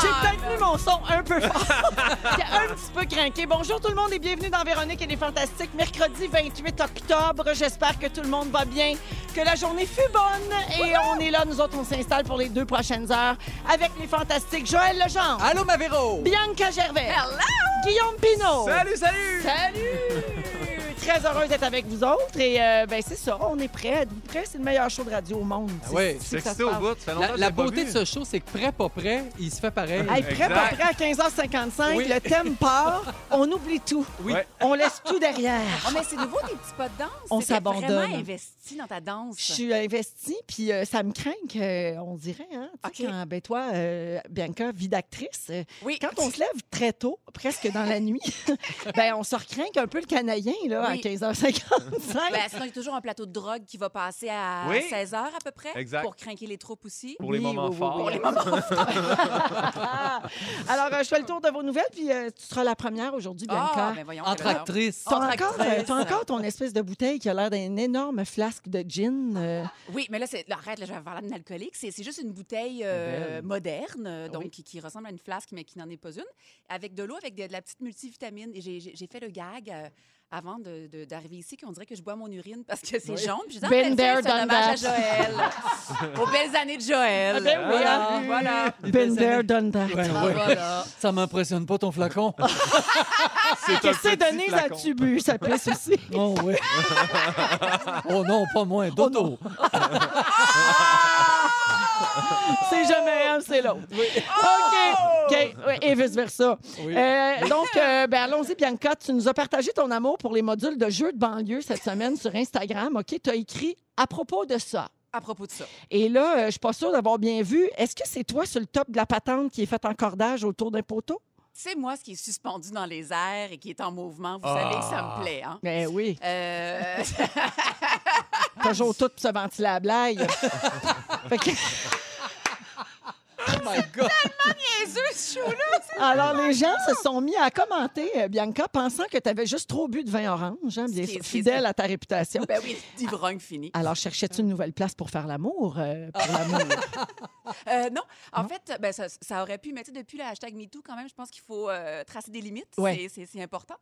J'ai peut-être Ah, mis mon son un peu fort. J'ai un petit peu craqué. Bonjour tout le monde et bienvenue dans Véronique et les Fantastiques. Mercredi 28 octobre. J'espère que tout le monde va bien, que la journée fut bonne. Et on est là, nous autres, on s'installe pour les deux prochaines heures avec les Fantastiques. Joël Legendre. Allô, ma Véro! Bianca Gervais. Guillaume Pinault. Salut, salut! Salut! Très heureuse d'être avec vous autres. Et euh, ben c'est ça, on est prêts. Êtes-vous prêts? C'est le meilleur show de radio au monde. Ah oui, ici C'est que ça se excité au passe. bout. Ça fait longtemps La, que la je l'ai pas beauté vu. de ce show, c'est que prêt, pas prêt, il se fait pareil. Hey, prêt, pas Exact. prêt, à 15h55, Oui. le thème part, on oublie tout. Oui. Ouais. On laisse tout derrière. Ah, mais c'est nouveau, tes petits pas de danse. On C'est que t'es s'abandonne. vraiment investi dans ta danse. Je suis investie, puis euh, ça me craint qu'on dirait, hein, tu sais, OK. quand, ben, toi, euh, Bianca, vie d'actrice, euh, Oui. quand on se lève très tôt, presque dans la nuit, ben on se recrinque un peu le Canadien, là, Oui. à 15h55. Ben, sinon, il y a toujours un plateau de drogue qui va passer à Oui. 16 h à peu près. Exact. Pour craquer les troupes aussi. Pour les Oui, moments oui, oui, forts. oui. Ah! Alors, euh, je fais le tour de vos nouvelles, puis euh, tu seras la première aujourd'hui, Bianca. Ah, ben voyons. Entre quelle actrices. T'as entre encore, euh, actrices. Ah, t'as encore ton espèce de bouteille qui a l'air d'un énorme flasque de gin. euh, horreur. Oui, mais là, c'est... là, arrête, là, je vais parler d'un alcoolique. C'est, c'est juste une bouteille euh, moderne, euh, donc Oui. qui, qui ressemble à une flasque, mais qui n'en est pas une, avec de l'eau, avec de, de la petite multivitamine. Et j'ai, j'ai- j'ai fait le gag. euh, avant de- de- d'arriver ici, qu'on dirait que je bois mon urine parce que c'est jaune. Puis je dis, ah, Been ben, there, tiens, c'est un done hommage that. à Joël. Aux belles années de Joël. Ah, ben oui, voilà. hein. voilà. Been there, done that. Ouais, Ah, ouais. voilà. Ça m'impressionne pas ton flacon. C'est un Qu'est-ce que c'est petit donné, flacon. as-tu bu? Ça pisse aussi. Non, oui. oh non, pas moins. Dodo. Oh! C'est jamais un, c'est l'autre. OK. OK. Ouais, Et vice-versa. Oui. Euh, donc, euh, ben, allons-y, Bianca. Tu nous as partagé ton amour pour les modules de jeux de banlieue cette semaine sur Instagram. OK. Tu as écrit à propos de ça. À propos de ça. Et là, euh, je suis pas sûre d'avoir bien vu. Est-ce que c'est toi sur le top de la patente qui est faite en cordage autour d'un poteau? C'est moi ce qui est suspendu dans les airs et qui est en mouvement. Vous Ah. savez que ça me plaît. Hein? Ben oui. Euh, Ah, Toujours tout pour se ventiler à la blague. Fait que- Oh my God. Alors, les gens se sont mis à commenter, euh, Bianca, pensant que tu avais juste trop bu de vin orange, hein, bien C'est- sûr, c'est- fidèle à ta réputation. ben oui, d'ivrogne fini. Alors, cherchais-tu une nouvelle place pour faire l'amour? euh, pour Ah. l'amour? Euh, non, en fait, ben, ça, ça aurait pu, mais tu sais, depuis le hashtag MeToo, quand même, je pense qu'il faut euh, tracer des limites. Ouais. C'est- C'est c'est important.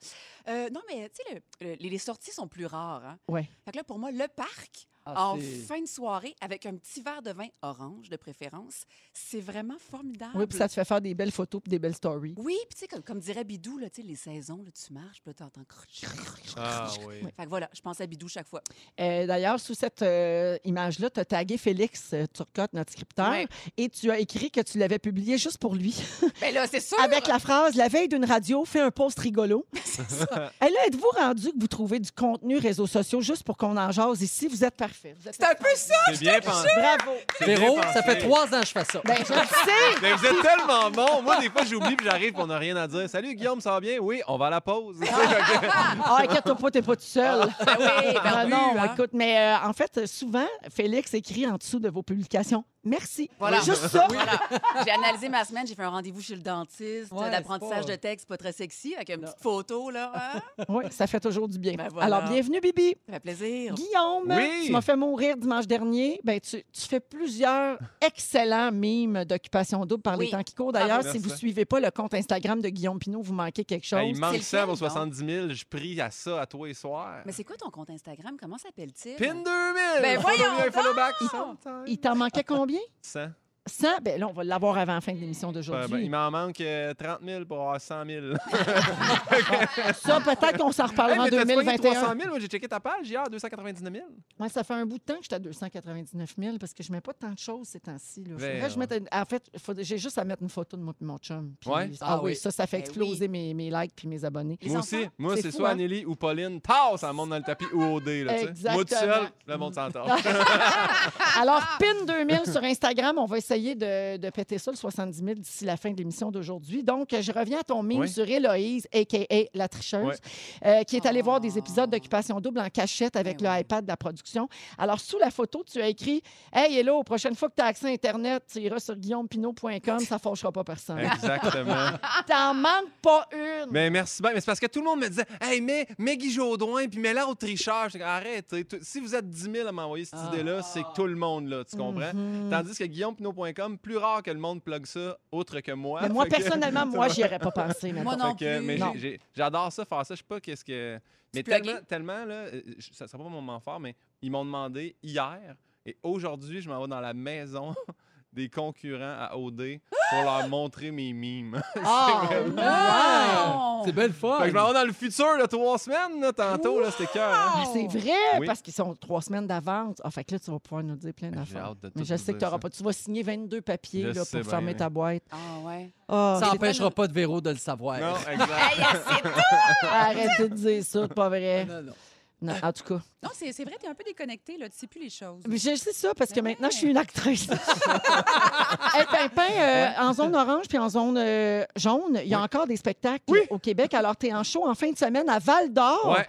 Euh, non, mais tu sais, le- le- les les sorties sont plus rares. Hein? Ouais. Fait que là, pour moi, le parc, Ah, en c'est- fin de soirée, avec un petit verre de vin orange de préférence, c'est vraiment formidable. Oui, puis ça te fait faire des belles photos puis des belles stories. Oui, puis tu sais, comme, comme dirait Bidou, là, tu sais, les saisons, là, tu marches, puis là, t'entends... crunch, crunch, Ah crunch. oui. Fait que voilà, je pense à Bidou chaque fois. Euh, D'ailleurs, sous cette euh, image-là, tu as tagué Félix euh, Turcotte, notre scripteur, Ouais. et tu as écrit que tu l'avais publié juste pour lui, Ben là, c'est sûr! avec la phrase « La veille d'une radio, fais un post rigolo ». Et là, êtes-vous rendu que vous trouvez du contenu réseaux sociaux juste pour qu'on en jase ici? Vous êtes parfait. Vous êtes C'est un peu ça! C'est bien pensé. Bravo! C'est bien Véro, pensé. ça fait trois ans que je fais ça. Ben, je le sais! Mais vous êtes tellement bon. Moi, des fois, j'oublie puis j'arrive puis on n'a rien à dire. Salut Guillaume, ça va bien? Oui, on va à la pause. Ah, inquiète-toi pas, t'es pas tout seul. Ben oui, ben Ah oui, non, hein. écoute, mais euh, en fait, souvent, Félix écrit en dessous de vos publications. Merci. Voilà. Juste ça. Voilà. J'ai analysé ma semaine, j'ai fait un rendez-vous chez le dentiste, Ouais, d'apprentissage c'est pas- de texte, pas très sexy, avec une Non. petite photo, là. hein? Oui, ça fait toujours du bien. Ben voilà. Alors, bienvenue, Bibi. Ça fait plaisir. Guillaume, Oui. tu m'as fait mourir dimanche dernier. Ben, tu, tu fais plusieurs excellents mimes d'occupation double par les Oui. temps qui courent. D'ailleurs, Bravo. si vous Merci. suivez pas le compte Instagram de Guillaume Pinot, vous manquez quelque chose. Hey, Ben, il manque C'est le ça film, aux non? 70 000. Je prie à ça à toi et soir. Mais c'est quoi ton compte Instagram? Comment s'appelle-t-il? Pin 2000! Ben Follow me, voyons I follow back Il sometime. Il t'en manquait combien? 100. 100, ben là, on va l'avoir avant la fin de l'émission Ben, ben, d'aujourd'hui. il m'en manque euh, 30 000 pour avoir 100 000. Ça, peut-être qu'on s'en Hey, reparlera mais en t'as-tu pogné 2021. 300 000? Ouais, j'ai checké ta page hier, 299 000. Ouais, ça fait un bout de temps que j'étais à 299 000 parce que je mets pas tant de choses ces temps-ci. là. Faudrait Ben, que je mette une- En fait, faudrait- j'ai juste à mettre une photo de moi et mon chum. Puis- Ouais. Ah, Ah oui, oui. ça, ça fait Ben exploser mes, mes likes puis mes abonnés. Les moi enfants, aussi. Moi, c'est c'est fou, soit hein? Anneli ou Pauline. Tasse, ça monte dans le tapis ou au dé. Là, tu sais. moi tout seul, Exactement. le monde s'entend. Alors, PIN 2000 sur Instagram, on va essayer de, de péter ça, le 70 000, d'ici la fin de l'émission d'aujourd'hui. Donc, je reviens à ton mime Oui. sur Héloïse, a.k.a. la tricheuse, Ouais. euh, qui est allée Oh. voir des épisodes d'Occupation Double en cachette avec Ben le oui. iPad de la production. Alors, sous la photo, tu as écrit « Hey, Hello, prochaine fois que tu as accès à Internet, tu iras sur guillaumepinot.com, ça fâchera pas personne. Exactement. T'en manques pas une! Hein? Mais merci bien. Mais c'est parce que tout le monde me disait Hey, mais, mais Guy Jodoin, puis mets là au tricheur. Je dis, Arrête. tu- Si vous êtes 10 000 à m'envoyer cette Ah. idée-là, c'est tout le monde, là. Tu comprends? Mhm. Tandis que guillaumepinot.com, plus rare que le monde plug ça, autre que moi. Mais moi, Fait que- personnellement, moi, j'y aurais pas pensé. mettons. Moi non Fait que- plus. mais j'ai- Non. j'ai- j'adore ça, faire ça. Je sais pas qu'est-ce que. Mais plugger? tellement, tellement, là, euh, je- ça sera pas mon moment fort, mais ils m'ont demandé hier et aujourd'hui, je m'en vais dans la maison des concurrents à OD pour leur montrer mes mimes. Ah, ouais. Non! Ah! C'est belle Fait Oh fun. que je m'en vais dans le futur, là, trois semaines, là, tantôt, là, c'était cœur. hein. Ah, c'est vrai, Oui. parce qu'ils sont trois semaines d'avance. Ah, fait que là, tu vas pouvoir nous dire plein Mais J'ai d'affaires. hâte de tout Mais je vous sais que dire t'auras ça. pas. Tu vas signer 22 papiers Je là, sais pour bien, fermer oui. ta boîte. Ah ouais. Ah, Ça C'est n'empêchera tellement- pas de Véro de le savoir. Non, exact. arrêtez de dire ça, c'est pas vrai. non, non. Non, en tout cas. Non, c'est c'est vrai, t'es un peu déconnecté, là. Tu sais plus les choses. Mais je sais ça parce que Mais maintenant, ouais. je suis une actrice. Hey, Pimpin, euh, en zone orange puis en zone euh, jaune, il y a encore des spectacles au Québec. Alors, t'es en show en fin de semaine à Val d'Or, Ouais.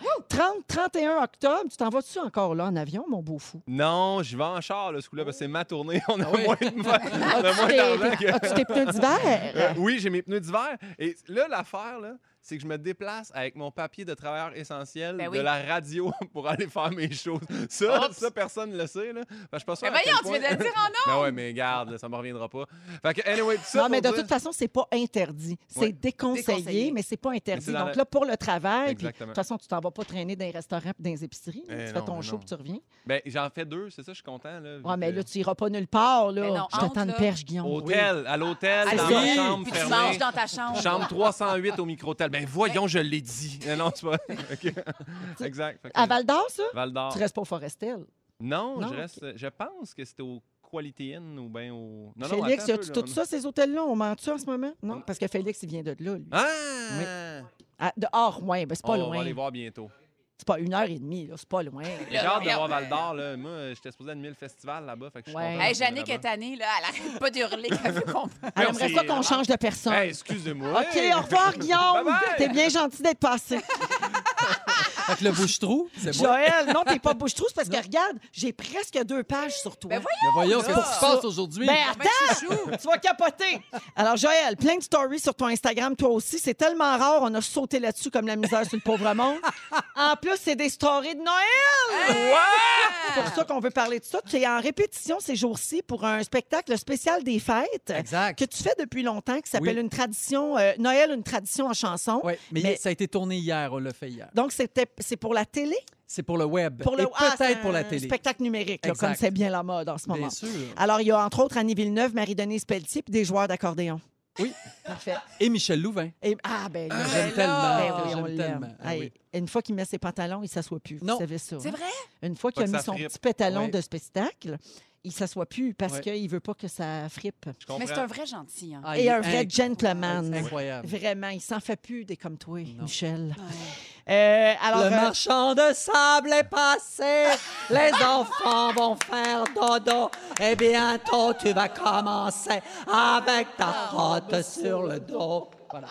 30-31 octobre. Tu t'en vas-tu encore là en avion, mon beau fou? Non, je vais en char, là, ce coup-là, parce que c'est ma tournée. On a Ah oui. moins de on a As-tu moins d'argent tes- que- as-tu tes pneus d'hiver? Hein? Euh, oui, j'ai mes pneus d'hiver. Et là, l'affaire, là, c'est que je me déplace avec mon papier de travailleur essentiel Ben de oui. la radio pour aller faire mes choses. Ça, ça personne ne le sait. Là. Fait que je suis pas sûr Mais à quel Ben voyons, tu point- viens de le dire en nom! Ben ouais, mais garde, là, ça me reviendra pas. Fait que, anyway, tout ça Non, pour mais de dire- toute façon, c'est pas interdit. C'est Ouais. déconseillé, Déconseillé. mais c'est pas interdit. c'est dans Donc la- là, pour le travail, puis de Exactement. toute façon, tu t'en vas pas traîner dans les restaurants et dans les épiceries. là. Eh tu non, fais ton mais show non. puis tu reviens. Ben, j'en fais deux, c'est ça, je suis content. Là, vu Ouais, mais que- là, tu iras pas nulle part. Mais Là. non, Je t'attends entre, de là. perche, Guillaume. Hôtel, à l'hôtel, À ça. dans ma chambre Puis tu manges fermée. dans ta chambre. Chambre 308 au microtel. Ben voyons, je l'ai dit. Eh Non, tu vois. OK. Exact. Fait que- À Val d'Or, ça? Val d'Or. Tu restes pas au Forestel. Non, Non, je ok. reste. Je pense que c'était au Quality Inn ou bien au. Non, non, Félix, attends y un a-tu peu, tout là, on- ça, ces hôtels-là? On ment-tu en ce moment? Non, parce que Félix, il vient de là, lui. Ah! Ah, de hors ouais, ben, c'est pas on va loin. aller voir bientôt. C'est pas une heure et demie, là. C'est pas loin. J'ai hâte de voir Val d'Or. là. Moi, j'étais supposé animer le festival là-bas. Fait que je suis Ouais. content Hey, de retourner Jannick est là-bas. tannée, là. Elle arrête pas d'hurler quand elle veut qu'on Elle Merci. aimerait ça qu'on change de personne. Hey, excusez-moi. OK, au revoir, Guillaume. Bye-bye. T'es bien gentil d'être passé. Fait que le bouche-trou, c'est moi. Joël, non, t'es pas bouche-trou, c'est parce que regarde, j'ai presque deux pages sur toi. Ben voyons, Mais voyons ce qui là. se passe aujourd'hui. Ben ben, chouchou. attends, tu vas capoter. Alors Joël, plein de stories sur ton Instagram, toi aussi. C'est tellement rare, on a sauté là-dessus comme la misère sur le pauvre monde. En plus, c'est des stories de Noël. C'est pour ça qu'on veut parler de ça. Tu es en répétition ces jours-ci pour un spectacle spécial des fêtes Exact. que tu fais depuis longtemps, qui s'appelle Oui. une tradition euh, Noël, une tradition en chanson. Oui, mais, Mais- ça a été tourné hier, on l'a fait hier. Donc c'était, c'est pour la télé, C'est pour le web. pour le Et ah, c'est peut-être pour la un télé. spectacle numérique, là, Exact. comme c'est bien la mode en ce moment. Bien sûr. Alors, il y a entre autres Annie Villeneuve, Marie-Denise Pelletier puis des joueurs d'accordéon. Oui. Parfait. Et Michel Louvain. Et- ah, ben, là, J'aime Ben tellement. là. ben oui, on J'aime l'aime. tellement. Ah Hey, oui. Une fois qu'il met ses pantalons, il s'assoit plus. Vous Non. savez ça. C'est hein? vrai? Une fois qu'il Pas a que mis ça son frippe. petit pétalon Ouais. de spectacle, il s'assoit plus parce Ouais. qu'il veut pas que ça frippe. Je comprends. Mais c'est un vrai gentil, hein. Ah, il Et est un vrai inc- gentleman. Incroyable. Vraiment, il s'en fait plus des comme toi, Non. Michel. Euh, alors, le euh, marchand de sable est passé, les enfants vont faire dodo, et bientôt tu vas commencer avec Ah, ta rotte sur le dos. Voilà.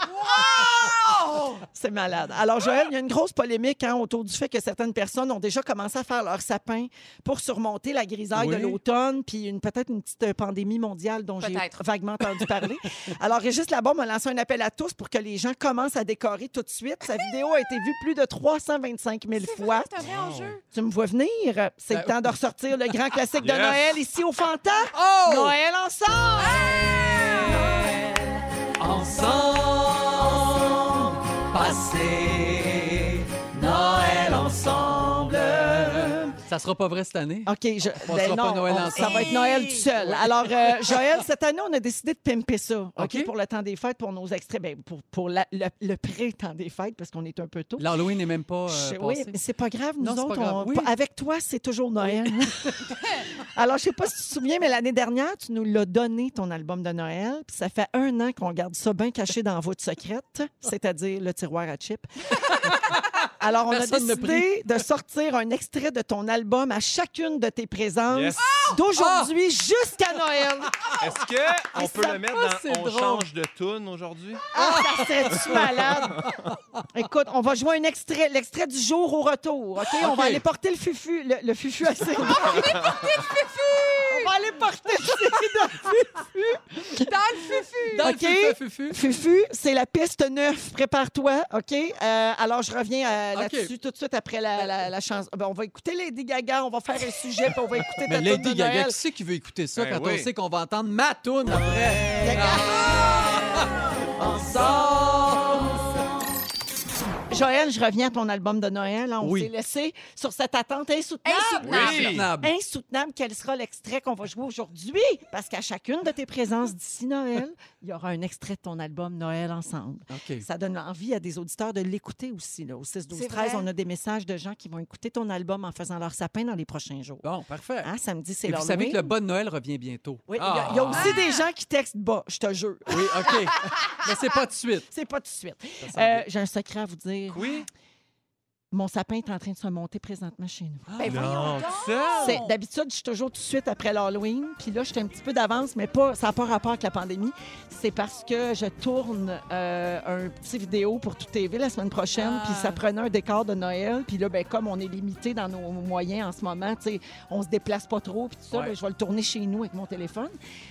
C'est malade. Alors, Joël, il y a une grosse polémique hein, autour du fait que certaines personnes ont déjà commencé à faire leur sapin pour surmonter la grisaille Oui. de l'automne, puis une- peut-être une petite euh, pandémie mondiale dont j'ai Peut-être. vaguement entendu parler. Alors, Régis Labombe a lancé un appel à tous pour que les gens commencent à décorer tout de suite. Sa vidéo a été vue plus de 325 000 C'est fois. vrai, c'est un vrai enjeu. Tu me vois venir? C'est le Ben- temps de ressortir le grand classique de Yes. Noël ici au Fanta. Oh! Noël ensemble! Ensemble, passer Noël ensemble, Ça sera pas vrai cette année? Ah. OK, je- Hein? On ben passera pas non, Noël on- ça ensemble. va être Noël tout seul. Alors, euh, Joël, cette année, on a décidé de pimper ça, OK, OK. pour le temps des fêtes, pour nos extraits, ben, pour, pour la- le, le pré-temps des fêtes, parce qu'on est un peu tôt. L'Halloween n'est même pas euh, Je- oui, passé. mais c'est pas grave, nous Non, c'est pas autres, grave. on- Oui. pas- avec toi, c'est toujours Noël. Alors, je sais pas si tu te souviens, mais l'année dernière, tu nous l'as donné, ton album de Noël, puis ça fait un an qu'on garde ça bien caché dans la voûte secrète, c'est-à-dire le tiroir à chips. Alors, on Personne a ne décidé de sortir un extrait de ton album à chacune de tes présences Yes. Ah! d'aujourd'hui jusqu'à Noël. Est-ce que on peut ça- le mettre Ah, dans c'est On drôle. change de tune aujourd'hui? Ah, ça serait-tu malade? Écoute, on va jouer un extrait, l'extrait du jour au retour, OK? On va aller porter le fufu, le, le fufu à Céline. On va aller porter le Dans le fufu! Dans le OK. fufu, fufu. fufu. C'est la piste neuf. Prépare-toi, OK? Euh, alors, je reviens euh, OK. là-dessus tout de suite après la, la, la chanson. Ben, on va écouter Lady Gaga, on va faire un sujet, puis on va écouter ta Mais tune de Lady Gaga, Noël. qui c'est qui veut écouter ça Ben quand oui. on sait qu'on va entendre ma toune après? Ah! Joël, je reviens à ton album de Noël. hein. On Oui. s'est laissé sur cette attente insoutenable. Insoutenable! Insoutenable. insoutenable quel sera l'extrait qu'on va jouer aujourd'hui. Parce qu'à chacune de tes présences d'ici Noël, il y aura un extrait de ton album Noël ensemble. OK. Ça donne envie à des auditeurs de l'écouter aussi. Là. Au 6, 12, C'est 13, vrai. on a des messages de gens qui vont écouter ton album en faisant leur sapin dans les prochains jours. Bon, parfait. Hein, samedi, c'est Et vous l'Halloween. savez que le bon Noël revient bientôt. Oui, il y a- il y, a Ah. aussi des gens qui textent bas, je te jure. Oui, OK. Mais c'est pas de suite. C'est pas tout de suite. Ça sent Euh, J'ai un secret à vous dire. Oui? Mon sapin est en train de se monter présentement chez nous. Ben voyons Non, donc! tout seul. C'est- D'habitude, je suis toujours tout de suite après l'Halloween. Puis là, je suis un petit peu d'avance, mais pas, ça n'a pas rapport avec la pandémie. C'est parce que je tourne euh, un petit vidéo pour Tout TV la semaine prochaine. Ah. Puis ça prenait un décor de Noël. Puis là, ben, comme on est limité dans nos moyens en ce moment, tu sais, on se déplace pas trop. Puis tout ça, Ouais. ben, je vais le tourner chez nous avec mon téléphone.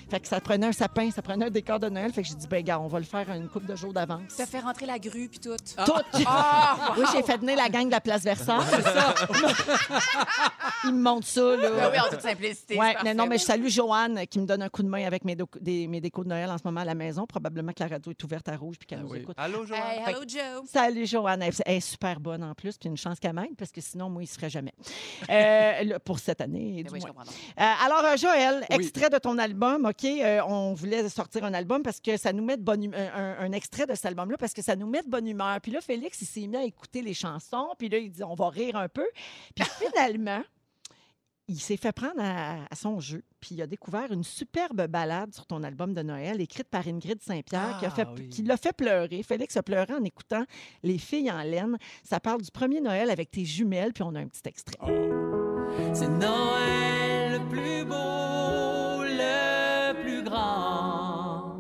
Fait que ça prenait un sapin, ça prenait un décor de Noël. Fait que j'ai dit, ben, gars, on va le faire une couple de jours d'avance. Ça fait rentrer la grue puis tout. Tout. Ah! Oui, j'ai fait venir la gang de la place Versailles. Ils me montrent ça, là. Ben oui, en toute simplicité. Ouais, c'est mais parfait. non, mais je salue Joanne euh, qui me donne un coup de main avec mes, doc- des- mes décos de Noël en ce moment à la maison. Probablement que la radio est ouverte à rouge puis qu'elle Ah nous oui. écoute. Allô, Joanne? Hey, hello, Joe. Salut Joanne, elle elle est super bonne en plus, puis une chance qu'elle m'aide parce que sinon moi il serait jamais. Euh, là, pour cette année, Ben du oui, je moins. comprends. donc. Euh, alors euh, Joël, Oui. extrait de ton album, ok, euh, on voulait sortir un album parce que ça nous met de bonne humeur, un, un extrait de cet album-là parce que ça nous met de bonne humeur. Puis là Félix il s'est mis à écouter les chansons, puis là il dit on va rire un peu, puis finalement il s'est fait prendre à, à son jeu, puis il a découvert une superbe balade sur ton album de Noël, écrite par Ingrid Saint-Pierre, qui a Ah, fait- oui. qui l'a fait pleurer. Félix a pleuré en écoutant Les filles en laine. Ça parle du premier Noël avec tes jumelles, puis on a un petit extrait. Oh. C'est Noël le plus beau, le plus grand.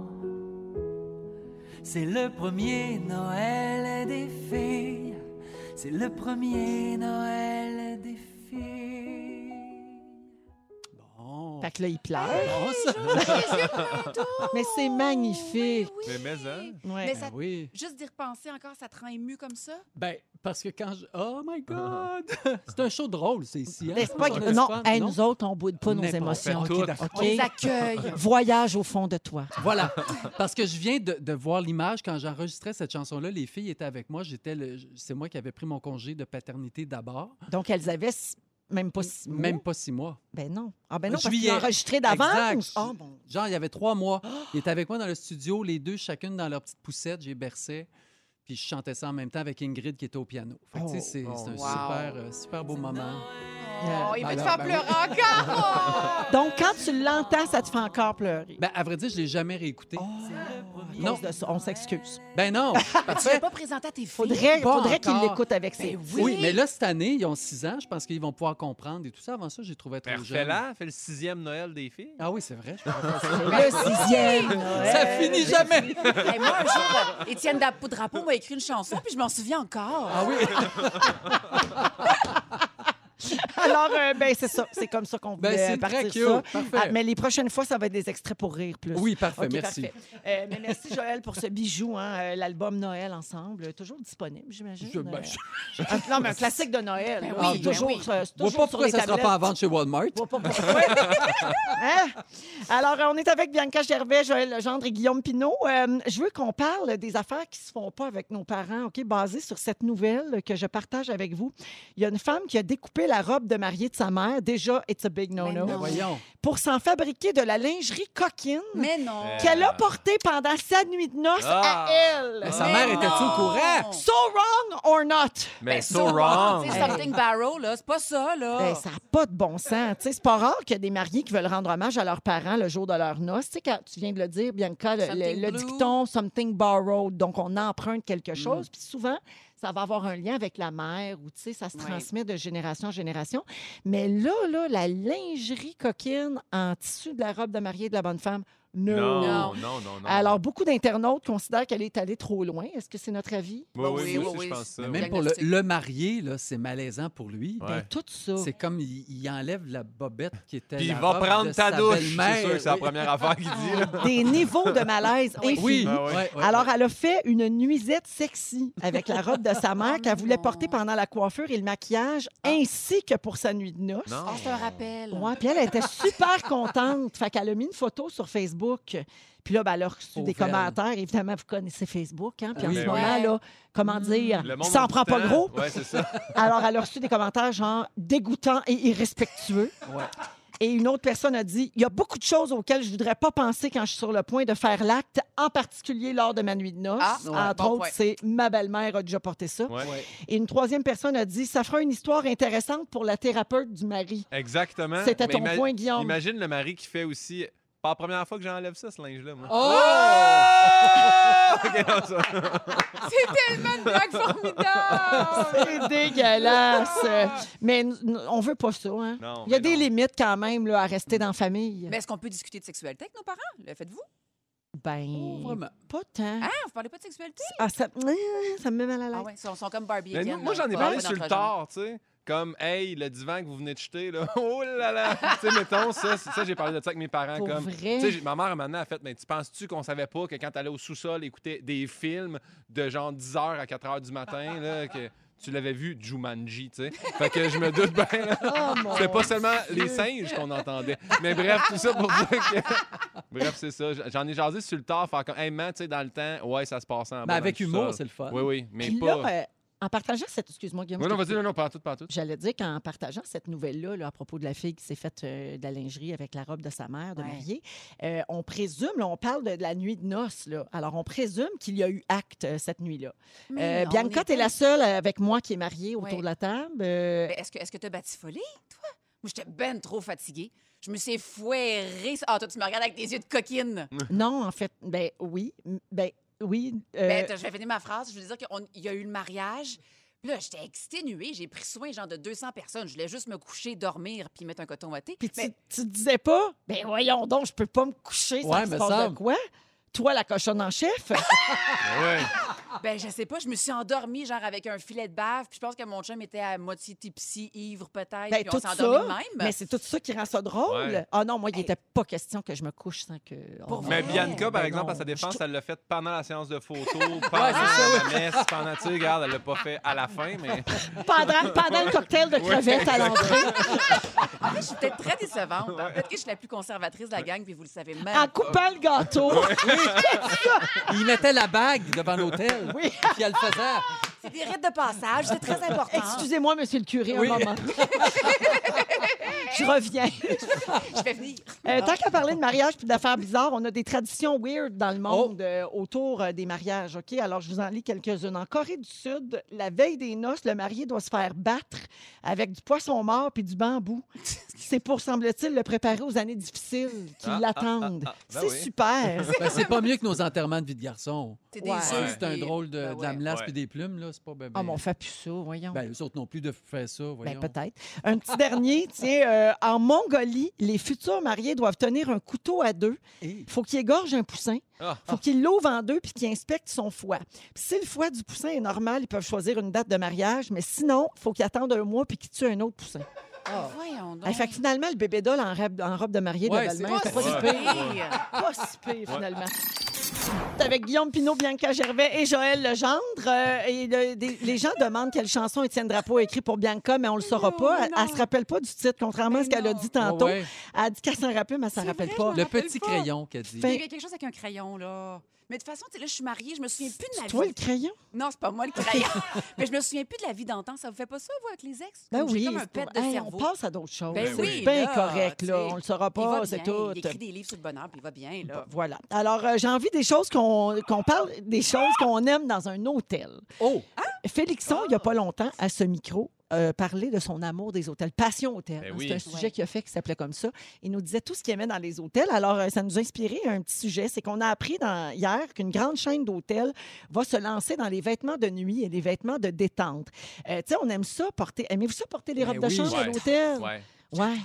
C'est le premier Noël des filles. C'est le premier Noël des filles. Bon. Fait que là, il pleure. Bon, ça. Mais c'est magnifique. Oui, Mais mais, hein? Ouais. Mais Ben ça- oui. Juste d'y repenser encore, ça te rend ému comme ça? Ben, parce que quand je. Oh my God! C'est un show drôle, c'est ici. hein? Mais c'est pas On a que- du non, fun, hey, non? nous autres, on boude pas nos N'importe émotions. quoi. OK? On les accueille. Voyage au fond de toi. Voilà, parce que je viens de, de voir l'image quand j'enregistrais cette chanson-là. Les filles étaient avec moi. J'étais, le- c'est moi qui avais pris mon congé de paternité d'abord, Donc, elles avaient s- même pas six mois. même pas six mois. Ben non. Ah ben non, parce qu'ils Juillet. l'ont enregistré d'avance. Exact. Oh, bon. Genre, il y avait trois mois. Il était avec moi dans le studio, les deux chacune dans leur petite poussette. J'ai bercé, puis je chantais ça en même temps avec Ingrid qui était au piano. Fait que, tu sais, c'est, Oh, c'est un wow. super, euh, super beau moment. Oh, il va te ben faire ben pleurer encore! Euh, Donc, quand tu l'entends, ça te fait encore pleurer. Ben, à vrai dire, je l'ai jamais réécouté. Oh. À non. cause de ça, on s'excuse. Ben non. tu l'as pas présenté à tes filles. Faudrait, Pas faudrait qu'ils encore. l'écoutent avec ses Ben Oui, Oui. mais là, cette année, ils ont six ans. Je pense qu'ils vont pouvoir comprendre et tout ça. Avant ça, j'ai trouvé trop Ben, jeune. Fais-la, fais le sixième Noël des filles. Ah oui, c'est vrai. je Le sixième. Noël. Ça finit jamais. Hey, moi, un jour, euh, Étienne Dap- Drapeau m'a écrit une chanson, puis je m'en souviens encore. Ah oui. Alors, euh, ben, c'est ça. C'est comme ça qu'on Ben, voulait c'est partir très cute. ça. Parfait. Ah, mais les prochaines fois, ça va être des extraits pour rire plus. Oui, parfait. Ok, merci. parfait. Euh, mais merci, Joël, pour ce bijou, hein, euh, l'album Noël ensemble. Euh, Toujours disponible, j'imagine. Je- ben, Euh, je- Ah, non, mais un classique de Noël. Ben là, oui, c'est ben toujours, oui. euh, c'est Je vois toujours pas sur les pourquoi ça ne sera tablettes. Oh, pas à vendre chez Walmart. Je vois pas pourquoi. Hein? Alors, euh, on est avec Bianca Gervais, Joël Legendre et Guillaume Pinault. Euh, je veux qu'on parle des affaires qui se font pas avec nos parents, OK, basées sur cette nouvelle que je partage avec vous. Il y a une femme qui a découpé la robe robe de mariée de sa mère, déjà, it's a big Mais no-no. Ben non. Ben Voyons. Pour s'en fabriquer de la lingerie coquine Mais non. Euh, qu'elle a portée pendant sa nuit de noces Ah. à elle. Mais Ben, sa Mais mère était-tu au non. courant? So wrong or not? Mais so wrong. Tu sais, Hey. something barrel, là. C'est pas Eh. ça, là. Ben, ça n'a pas de bon sens. Tu sais, c'est pas rare qu'il y a des mariés qui veulent rendre hommage à leurs parents le jour de leur noce. Tu sais, quand tu viens de le dire, Bianca, le, Something le- le blue. Mm. dicton something borrowed. Donc, on emprunte quelque chose. Puis souvent, ça va avoir un lien avec la mère ou, tu sais, ça se Ouais. transmet de génération en génération. Mais là, là, la lingerie coquine en tissu de la robe de mariée de la bonne femme, no. Non, non, non, non. Alors, beaucoup d'internautes considèrent qu'elle est allée trop loin. Est-ce que c'est notre avis? oui, oui, Oui, moi oui, aussi, je oui, pense ça. mais oui. Même pour le, Diagnostic. le marié, là, c'est malaisant pour lui. Ouais. Tout ça. C'est comme il, il enlève la bobette qui était Puis la il va robe de prendre sa ta douche. C'est belle-mère. sûr que c'est la Oui. première affaire qu'il dit. là. Des niveaux de malaise infinis. Oui, Ah ouais. ouais, ouais, Alors, ouais. elle a fait une nuisette sexy avec la robe de sa mère qu'elle voulait non. porter pendant la coiffure et le maquillage, ainsi que pour sa nuit de noces. Ah. Non. Ah, c'est un rappel. Ouais, puis elle elle était super contente. Fait qu'elle a mis une photo sur Facebook. Puis là, ben, elle a reçu Pauvre des elle. commentaires. Évidemment, vous connaissez Facebook. Hein? Puis en Oui. ce Ben moment, oui. là, comment dire, Le monde ça a en du prend pas temps. gros. Ouais, c'est ça. Alors, elle a reçu des commentaires genre dégoûtants et irrespectueux. Ouais. Et une autre personne a dit Il y a beaucoup de choses auxquelles je voudrais pas penser quand je suis sur le point de faire l'acte, en particulier lors de ma nuit de noces. Ah, ouais, Entre bon autres, point. c'est ma belle-mère a déjà porté ça. Ouais. Ouais. Et une troisième personne a dit Ça fera une histoire intéressante pour la thérapeute du mari. Exactement. C'était Mais ton ima- point, Guillaume. Imagine le mari qui fait aussi. Pas la première fois que j'enlève ça, ce linge-là. moi. Oh! Ok, non, ça- C'est tellement une blague formidable. C'est dégueulasse. Mais n- n- on veut pas ça. Hein? Non, Il y a mais des non. limites quand même là, à rester dans la famille. Mais est-ce qu'on peut discuter de sexualité avec nos parents? Le faites-vous? Oh, Ben, vraiment. pas tant. Ah, vous parlez pas de sexualité? Ah, ça, ça me met mal à l'aise. Ah ouais, ils sont, sont comme Barbie Mais et nous- Ken, moi, là. j'en ai Pas- parlé pas sur le d'entre gens. tard, tu sais. Comme, hey, le divan que vous venez de jeter, là. Oh là là. tu sais, mettons, ça, c'est- ça j'ai parlé de ça avec mes parents. Pour Ah, comme, vrai? Tu sais, j'ai- ma mère, maintenant, a fait, mais tu penses-tu qu'on savait pas que quand t'allais au sous-sol écouter des films de genre 10h à 4h du matin, là, que tu l'avais vu Jumanji, tu sais? Fait que je me doute bien, là. Oh, C'était pas seulement les singes qu'on entendait. Mais bref, tout ça pour dire que. bref, c'est ça. J'en ai jasé sur le tard, faire comme, hey, man, tu sais, dans le temps, ouais, ça se passait en Mais bas dans avec le humour, sous-sol. c'est le fun. Oui, oui, mais Puis pas. là, euh, en partageant cette... Excuse-moi, Guillaume. Oui, je non, t'ai vas-y, non, non, pas tout, pas tout. J'allais dire qu'en partageant cette nouvelle-là là, à propos de la fille qui s'est faite euh, de la lingerie avec la robe de sa mère, de Ouais. mariée, euh, on présume, là, on parle de, de la nuit de noces. Là. Alors, on présume qu'il y a eu acte euh, cette nuit-là. Mais Euh, non, on Bianca, est t'es pas- la seule euh, avec moi qui est mariée autour Ouais. de la table. Euh, Ben, Est-ce que est-ce que t'as batifolé, toi? Moi, j'étais ben trop fatiguée. Je me suis fouérée. Ah, toi, tu me regardes avec des yeux de coquine. Euh, non, en fait, ben oui. m- Ben oui. euh, Ben, attends, je vais finir ma phrase. Je voulais dire qu'il y a eu le mariage. Puis là, j'étais exténuée. J'ai pris soin, genre, de 200 personnes. Je voulais juste me coucher, dormir, puis mettre un coton Ben, à thé. Puis tu, Mais- tu te disais pas, ben voyons donc, je peux pas me coucher sans Ouais, qu'il se me passe de semble. quoi? Toi, la cochonne en chef? Ouais. Ben, je sais pas, je me suis endormie, genre, avec un filet de bave, puis je pense que mon chum était à moitié tipsy, ivre peut-être, Ben, puis tout on ça, s'est endormi de même. Mais c'est tout ça qui rend ça drôle. Ouais. Ah non, moi, il Hey. n'était pas question que je me couche sans que. Pour Oh, Mais Ouais. Bianca, par Ben exemple, non. à sa défense, Je elle l'a fait pendant la séance de photo, pendant la messe, pendant, tu sais, regarde, elle l'a pas fait à la fin, mais trouve- Pendant, pendant le cocktail de crevettes à l'entrée, En fait, je suis peut-être très décevante. Peut-être que je suis la plus conservatrice de la gang, puis vous le savez même. en coupant le gâteau. Il mettait la bague devant l'hôtel. Oui. Puis elle le faisait. C'est des rites de passage, c'est très important. Excusez-moi, monsieur le curé, Oui. un moment. Je reviens. Je vais venir. Ah. Euh, tant qu'à parler de mariage puis d'affaires bizarres, on a des traditions weird dans Oh. le monde euh, autour euh, des mariages. OK? Alors, je vous en lis quelques-unes. En Corée du Sud, la veille des noces, le marié doit se faire battre avec du poisson mort puis du bambou. C'est pour, semble-t-il, le préparer aux années difficiles qui Ah, ah, l'attendent. ah, ah, ben C'est oui. super. Ben, c'est pas mieux que nos enterrements de vie de garçon. C'est des Ouais. œufs, Ça, C'est un des- drôle de, Ben de la ouais. melasse Ouais. puis des plumes, là. C'est pas ben, Ah, ben, mais on fait plus ça, voyons. ben, eux autres non plus de faire ça, Ben, voyons. peut-être. Un petit dernier, tiens, euh, en Mongolie, les futurs mariés doivent tenir un couteau à deux. Hey. faut qu'il égorge un poussin. Ah. faut qu'il l'ouvre en deux puis qu'il inspecte son foie. Puis si le foie du poussin est normal, ils peuvent choisir une date de mariage, mais sinon, faut qu'il attende un mois puis qu'il tue un autre poussin. Ah, Voyons donc. Oh. Hey, fait que finalement, le bébé doll en robe, en robe de mariée de Ouais, la c'est belle-mère, pas c'était pas, si si pire. pire. Pas si pire, finalement. C'est avec Guillaume Pinot, Bianca Gervais et Joël Legendre. Euh, et le- des- les gens demandent quelle chanson Étienne Drapeau a écrit pour Bianca, mais on le saura Non, pas. Elle, Oh, non. elle se rappelle pas du titre, contrairement à ce Mais qu'elle a non. dit tantôt. Ouais, ouais. Elle a dit qu'elle s'en rappelle, mais elle s'en C'est rappelle vrai, pas. je Le m'en rappelle petit pas. crayon qu'elle dit. Il y a quelque chose avec un crayon, là. Mais de toute façon, tu sais, là, je suis mariée, je me souviens plus de la Toi, vie. le crayon? Non, c'est pas moi le crayon. mais je me souviens plus de la vie d'antan. Ça vous fait pas ça, vous, avec les ex? Ben Comme j'ai oui, comme un c'est pet pour- de Hey, on cerveau. passe à d'autres choses. Ben c'est oui, bien là, correct, là. tu sais. On le saura Il va pas, c'est bien. tout. Il écrit des livres sur le bonheur, puis il va bien, là. Voilà. Alors, euh, j'ai envie des choses qu'on qu'on parle, des choses qu'on aime dans un hôtel. Ah! Oh! Félixon, il n'y a pas longtemps, à ce micro, euh, parlait de son amour des hôtels, passion hôtel. Ben hein, oui. C'est un sujet qu'il a fait qui s'appelait comme ça. Il nous disait tout ce qu'il aimait dans les hôtels. Alors, euh, ça nous a inspiré un petit sujet. C'est qu'on a appris dans- hier qu'une grande chaîne d'hôtels va se lancer dans les vêtements de nuit et les vêtements de détente. Euh, tu sais, on aime ça porter. Aimez-vous ça porter les Ben robes de oui. chambre à Ouais. l'hôtel? Ouais. Ouais.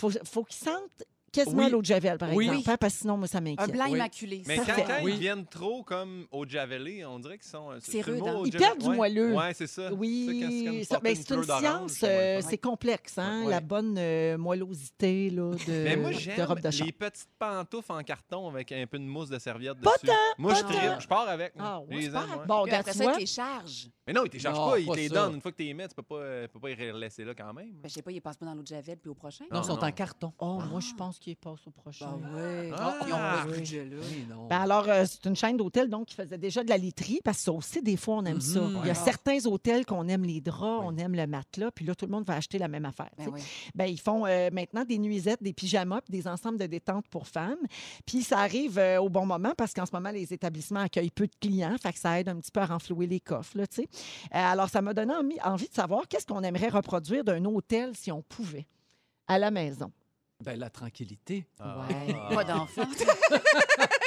Faut, faut qu'ils sentent quasiment Oui. l'eau de Javel, par Oui. exemple, hein, parce que sinon, moi, ça Un m'inquiète. blanc Oui. immaculé. Mais ça. quand, Parfait. quand Oui. ils viennent trop comme au javelé, on dirait qu'ils sont. euh, C'est le rude, mot, hein? au Ils javelé? perdent du Ouais. moelleux. Ouais, c'est ça. C'est comme- c'est comme Oui, ça- porter ben, c'est une fleur d'orange, science, c'est moins euh, le fun. c'est complexe, hein, Ouais. la bonne euh, moellosité là, Mais de, moi, euh, de j'aime robe de chambre. les petites pantoufles en carton avec un peu de mousse de serviette Pas dessus. moi, je pas tripe. tant. Je pars avec. Ah, Je ouais, les tu aime, pars- ouais. Bon, Puis après that's ça, avec what. les charges. Mais non, ils te les chargent Non, pas. Ils pas te les ça. donnent. Une fois que tu les mets, tu peux pas, euh, peux pas les laisser là quand même. Ben, je sais pas, il passe pas dans l'eau de Javel, puis au prochain. Non, Non, ils sont non. en carton. Oh, Ah. moi, je pense qu'il passe au Ben prochain. oui. Ah! Ils ont pas ce Oui. budget-là. Oui, non. Ben alors, euh, c'est une chaîne d'hôtels donc qui faisait déjà de la literie parce que ça aussi, des fois, on Mm-hmm. aime ça. Mhm. Il y a Ouais. certains hôtels qu'on aime les draps, on aime le matelas, puis là, tout le monde va acheter la même affaire. tu Ben sais. oui. ben, ils font euh, maintenant des nuisettes, des pyjamas, puis des ensembles de détente pour femmes. Puis ça arrive euh, au bon moment parce qu'en ce moment, les établissements accueillent peu de clients, fait que ça aide un petit peu à renflouer les coffres, là, tu sais. Euh, alors, ça m'a donné envie, envie de savoir qu'est-ce qu'on aimerait reproduire d'un hôtel si on pouvait à la maison. Ben, la tranquillité. Ah. Ouais. Ah. Pas d'enfant.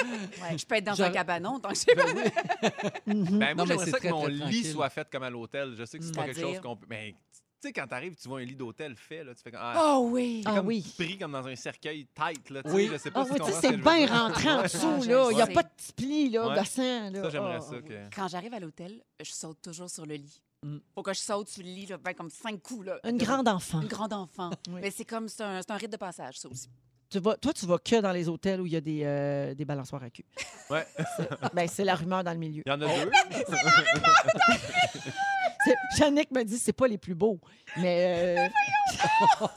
Ouais, je peux être dans un J'aurais- cabanon tant que j'ai pas. Ben, Mhm. Ben, Non, moi, mais j'aimerais c'est ça très, que mon très lit tranquille. soit fait comme à l'hôtel. Je sais Mm. que c'est pas quelque C'est-à-dire? chose qu'on peut. Mais tu sais, quand t'arrives, tu vois un lit d'hôtel fait, là, tu fais comme. Ah, Oh oui. Ah comme oui. pris comme dans un cercueil tight, là. tu sais, Oui. Je sais pas Ah si oui, tu tu sais, comprends ce c'est que je veux bien dire. rentré en Ouais. dessous, Je là. Il n'y a sais. pas de petit pli, là, Ouais. bassin, là. Oh, Ça, j'aimerais Ah, ça. ah, que... Quand j'arrive à l'hôtel, je saute toujours sur le lit. Mm. Faut que je saute sur le lit, là, ben, comme cinq coups. Là, oui. Une De- grande enfant. Une grande enfant. Oui. Mais c'est comme, c'est un, c'est un rite de passage, ça aussi. Tu vas, toi, tu vas que dans les hôtels où il y a des, euh, des balançoires à cul. Ouais. C'est- Ben, c'est la rumeur dans le milieu. Il Oh. y en a deux. C'est- Yannick me dit c'est pas les plus beaux. Mais euh,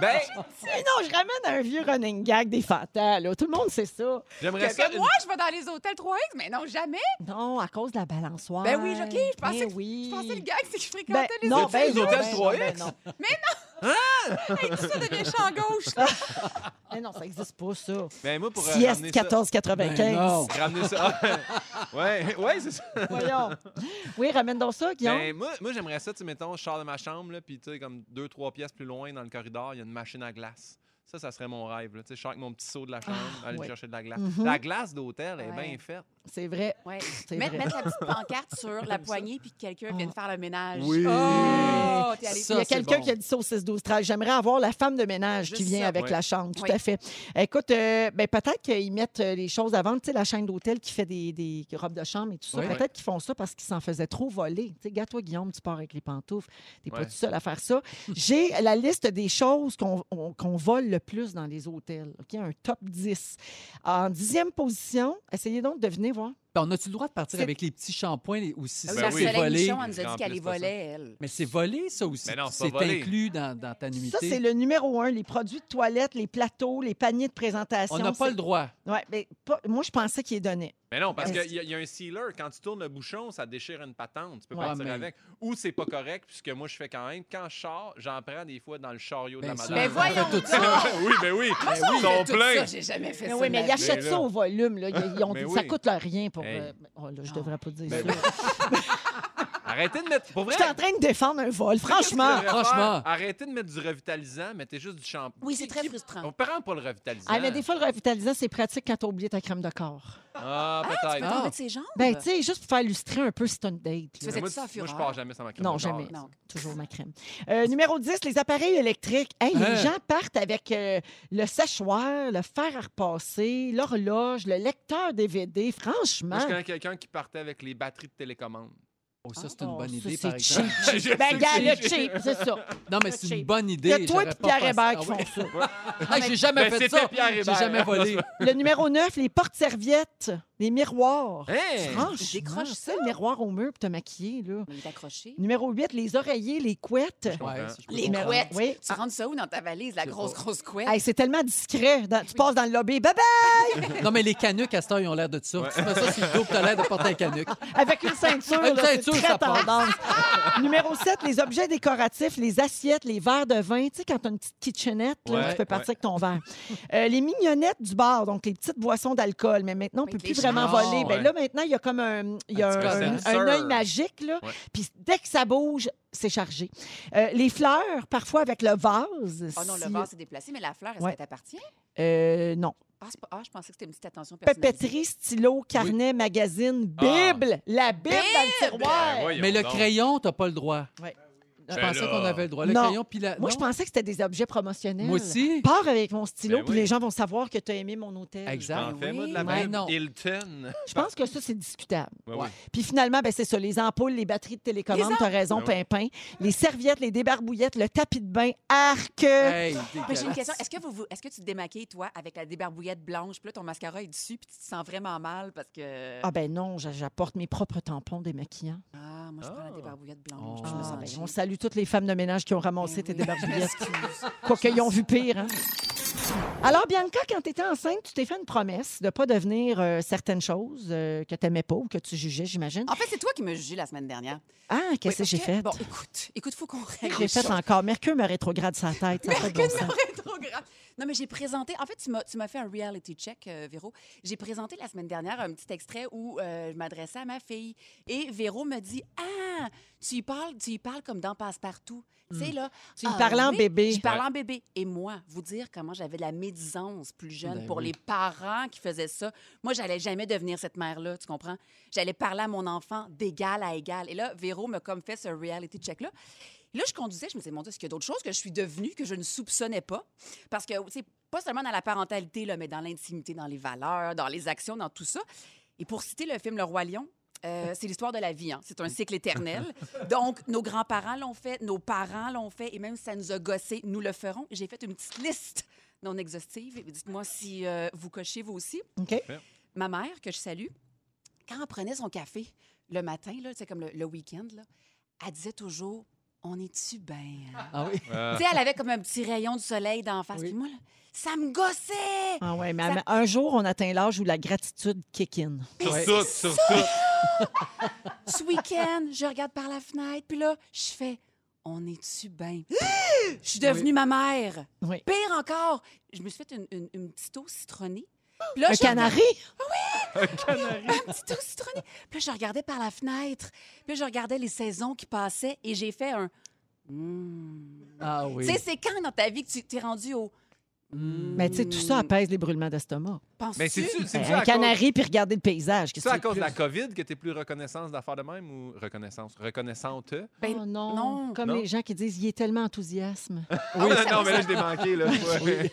ben, non, je ramène un vieux running gag des fatales. là. Tout le monde sait ça. j'aimerais Que, ça. que moi, je vais dans les hôtels 3X, mais non, jamais. Non, à cause de la balançoire. Ben oui, OK, je pensais Ben que- oui. Je pensais le gag, c'est que je fréquentais ben, les non, hôtels. ben les non, hôtels ben non, 3X? ben non. Ça devient champ gauche. Ben non, ça n'existe pas, ça. Mais moi, pour euh, Sieste ramener ça- 14,95. Ben non. Ramener ça. ouais, ouais, c'est ça. Voyons. Oui, ramène donc ça, Guillaume. Ben, moi, moi j'aimerais ça, tu sais, mettons, je sors de ma chambre, là, puis tu sais, comme deux, trois pièces plus loin dans le corridor, il y a une machine à glace. Ça, ça serait mon rêve. Là. Tu sais, Je sors avec mon petit seau de la chambre, aller ouais. chercher de la glace. Mhm. La glace d'hôtel est Ouais. bien faite. C'est vrai. Ouais. C'est Mettre, vrai. mettre la petite pancarte sur la poignée puis que quelqu'un vienne faire le ménage. Oui. Oh, t'es allé Ça, Il y a c'est quelqu'un bon. qui a dit ça au 6 12 13 J'aimerais avoir la femme de ménage qui Juste vient ça. avec Ouais. la chambre. Tout Oui. à fait. Écoute, euh, ben, peut-être qu'ils mettent euh, les choses à vendre. Tu sais, la chaîne d'hôtel qui fait des, des robes de chambre et tout ça. Oui. peut-être qu'ils font ça parce qu'ils s'en faisaient trop voler. Tu sais, gars-toi, Guillaume, tu pars avec les pantoufles. T'es pas Ouais. tout seul à faire ça. J'ai la liste des choses qu'on on- qu'on vole le plus dans les hôtels. OK? Un top 10. En dixième position, essayez donc de deviner voir. Ben, on a-tu le droit de partir C'est- hein. avec les petits shampoings les- aussi? Ben ça, La oui. c'est Soleil volé. Michon, elle nous a dit Grand qu'elle les plus, pas ça. volait, elle. Mais c'est volé, ça aussi. Mais Ben non, c'est c'est pas volé. inclus dans, dans ta nuitée. Ça, c'est le numéro un. Les produits de toilette, les plateaux, les paniers de présentation. On n'a pas c'est- le droit. Ouais, ben, pas- moi, je pensais qu'il les donnait. Mais non, parce Est-ce- qu'il y, a- y a un sealer. Quand tu tournes le bouchon, ça déchire une patente. Tu peux Ouais, partir mais- avec. Ou c'est pas correct, puisque moi, je fais quand même. Quand je sors, j'en prends des fois dans le chariot de Ben, la ça, madame. Mais on fait voyons tout ça. donc! oui, mais oui. On Ils sont fait Oh, tout pleins. ça, J'ai jamais fait ça. oui, de mais ma ils vie. achètent Mais là- ça au volume. Là. Ils, ils ont Mais dit, ça oui. coûte leur rien pour. Hey. euh, oh, là, je devrais pas dire Ben ça. oui. Arrêtez de mettre. Pour vrai, Je suis en train de défendre un vol, franchement. qu'est-ce que tu devrais Franchement. faire? Arrêtez de mettre du revitalisant, mettez juste du shampoing. Oui, c'est très On frustrant. prend pas le revitalisant. Ah, mais des fois, le revitalisant, c'est pratique quand t'as oublié ta crème de corps. Ah, Tu peux peut-être. tomber de ses jambes? Ben, tu sais, juste pour faire illustrer un peu si t'as une date. Tu là. faisais moi, ça en tu- moi, je fureur? pars jamais sans ma crème Non, de corps. jamais. Non. Toujours ma crème. Euh, numéro 10, les appareils électriques. Hey, Hein? Les gens partent avec euh, le séchoir, le fer à repasser, l'horloge, le lecteur DVD. Franchement. Moi, je connais quelqu'un qui partait avec les batteries de télécommande. Oh, ça, c'est une Oh, bonne ça, idée, c'est par exemple. Je sais Ben, que gars, c'est le chic. cheap, c'est ça. Non, mais c'est Cheap. une bonne Il y idée. a toi et J'aurais pas Pierre pensé- Hébert Ah qui oui. font ça. Ah, j'ai jamais Ben, fait c'était ça. Pierre J'ai Hébert. jamais volé. Le numéro 9, les portes-serviettes, Les miroirs. Hey! Franchement, Décroche ça, le miroir au mur pour te maquiller, là. Mais il est accroché. Numéro 8, les oreillers, les couettes. Ouais, comprends. ça, je peux Les comprendre. couettes. Oui. Tu rentres ça où dans ta valise, la grosse, grosse couette? Hey, c'est tellement discret. Dans- tu passes dans le lobby, bye Non, mais les canuques, à cette heure, ils ont l'air de ça. Tu mets ça sur le dos, puis t'as l'air de porter un canuc. avec une ceinture. Une là, c'est ceinture, très ça passe. tendance. Numéro 7, les objets décoratifs, les assiettes, les verres de vin. Tu sais, quand tu as une petite kitchenette, là, Ouais, tu peux partir ouais. avec ton verre. Euh, les mignonnettes du bar, donc les petites boissons d'alcool. Mais maintenant, on Avec peut plus les vraiment chiffres. voler. Ben Ouais. là, maintenant, il y a comme un, il y a Un petit un, sensor. un œil magique. Là. Ouais. Puis dès que ça bouge, c'est chargé. Euh, les fleurs, parfois avec le vase. Oh non, le si- euh, vase s'est déplacé, mais la fleur, est-ce Ouais. qu'elle t'appartient? Euh, non. Ah, c'est pas- ah, je pensais que c'était une petite attention personnalisée. Papeterie, stylo, carnet, magazine, Bible. La Bible, dans le Bible! tiroir. Ben, voyons Mais le donc. crayon, t'as pas le droit. Ouais. Je Ben pensais là. qu'on avait le droit. Le Non. crayon, puis la. Moi, non? je pensais que c'était des objets promotionnels. Moi aussi. Pars avec mon stylo, Ben puis oui. les gens vont savoir que tu as aimé mon hôtel. Exact. J'en fais, moi, de la Ouais, Bible. hein? non. Hilton. Je pense que ça, c'est discutable. Ouais, Ouais. oui. Puis finalement, ben, c'est ça, les ampoules, les batteries de télécommande, t'as raison, Ben Pimpin. Les serviettes, les débarbouillettes, le tapis de bain, arc. Hey, Mais j'ai une dégueulasse. question. Est-ce que, vous, vous- est-ce que tu te démaquilles, toi, avec la débarbouillette blanche, puis là, ton mascara est dessus, puis tu te sens vraiment mal parce que. Ah ben non, j'a- j'apporte mes propres tampons démaquillants. Ah, moi, je prends la Ah. débarbouillette blanche. Oh. Je me Ah, sens ben, chier. on salue toutes les femmes de ménage qui ont ramassé Ben tes oui, débarbouillettes. je m'excuse. Quoi qu'ils ont vu pire, hein? Alors, Bianca, quand tu étais enceinte, tu t'es fait une promesse de ne pas devenir euh, certaines choses euh, que tu n'aimais pas ou que tu jugeais, j'imagine. En fait, c'est toi qui me jugé la semaine dernière. Ah, qu'est-ce que Ah. Oui, j'ai parce fait? Bon, écoute, écoute, faut qu'on règle. J'ai les fait choses. encore. Mercure me rétrograde sa tête. Ça fait de bon sens. rétrograde. Non, mais j'ai présenté. En fait, tu m'as, tu m'as fait un reality check, euh, Véro. J'ai présenté la semaine dernière un petit extrait où euh, je m'adressais à ma fille. Et Véro me dit Ah, tu y parles, tu y parles comme dans Passe-Partout. Tu Mm. sais, là. Tu y Ah parles en oui, bébé. Je parle en bébé. Et moi, vous dire comment j'avais de la médisance plus jeune Ben pour oui. les parents qui faisaient ça. Moi, j'allais jamais devenir cette mère-là, tu comprends? J'allais parler à mon enfant d'égal à égal. Et là, Véro m'a comme fait ce reality check-là. Et là, je conduisais, je me disais, mon Dieu, est-ce qu'il y a d'autres choses que je suis devenue que je ne soupçonnais pas? Parce que, tu sais, pas seulement dans la parentalité, là, mais dans l'intimité, dans les valeurs, dans les actions, dans tout ça. Et pour citer le film Le Roi Lion, euh, c'est l'histoire de la vie. hein. C'est un cycle éternel. Donc, nos grands-parents l'ont fait, nos parents l'ont fait, et même si ça nous a gossé, nous le ferons. J'ai fait une petite liste non exhaustive. Et Dites-moi si euh, vous cochez vous aussi. OK? Ma mère, que je salue, quand elle prenait son café le matin, là, tu sais, comme le, le week-end, là, elle disait toujours On est-tu bien? hein? Ah oui. Euh, Tu sais, elle avait comme un petit rayon du soleil d'en face. Oui. Puis moi, là, ça me gossait! Ah ouais, mais un jour, on atteint l'âge où la gratitude kick in. sur Ouais. tout, sur tout. ce week-end, je regarde par la fenêtre, puis là, je fais On est-tu bien? Je suis devenue ma mère. Oui. Pire encore, je me suis fait une, une, une petite eau citronnée. Puis là, Un je- canari? Un petit eau citronnée. Puis là, je regardais par la fenêtre. Puis là, je regardais les saisons qui passaient et j'ai fait un. Hmm. Ah oui. Tu sais, c'est quand dans ta vie que tu t'es rendu au. Hmm. Mais tu sais, tout ça apaise les brûlements d'estomac. Penses-tu? Mais c'est-tu Ben, c'est-tu un à cause- canari puis regarder le paysage. C'est Qu'est-ce ça à que cause de veux la COVID que t'es plus reconnaissance d'affaires de même ou reconnaissance? Reconnaissante? Ben, Oh non. non. Comme Non. les gens qui disent, il est tellement enthousiasme. Ah, non, non, mais là, je l'ai manqué. Là. Ouais.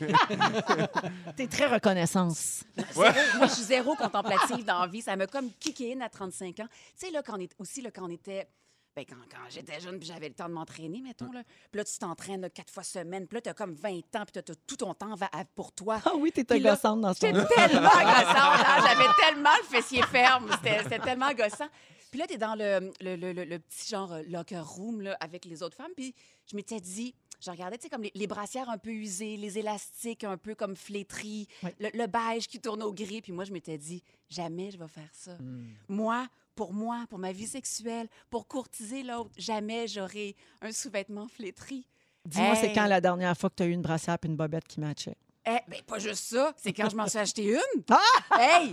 T'es très reconnaissance. Zéro- moi, je suis zéro contemplative dans la vie. Ça m'a comme kické in à 35 ans. Tu sais, là, quand on est, aussi, là, quand on était... Ben, quand, quand j'étais jeune, puis j'avais le temps de m'entraîner, mettons, là. Puis là, tu t'entraînes là, quatre fois semaine. Puis là, t'as comme 20 ans, puis t'as t'as tout ton temps va- à- pour toi. Ah oui, t'es Puis là, gossante dans ce J'étais temps-là. tellement gossante, hein. J'avais tellement le fessier ferme. C'était c'était tellement gossant. Puis là, t'es dans le, le, le- le- le petit genre euh, locker room là, avec les autres femmes. Puis je m'étais dit, je regardais, tu sais, comme les, les brassières un peu usées, les élastiques un peu comme flétris, Ouais. le, le beige qui tourne au gris. Puis moi, je m'étais dit, jamais je vais faire ça. Hmm. Moi, pour moi, pour ma vie sexuelle, pour courtiser l'autre, jamais j'aurai un sous-vêtement flétri. Dis-moi, c'est Hey. quand la dernière fois que t'as eu une brassière puis une bobette qui matchait? Eh, ben pas juste ça, c'est quand je m'en suis acheté une. Ah! Hey,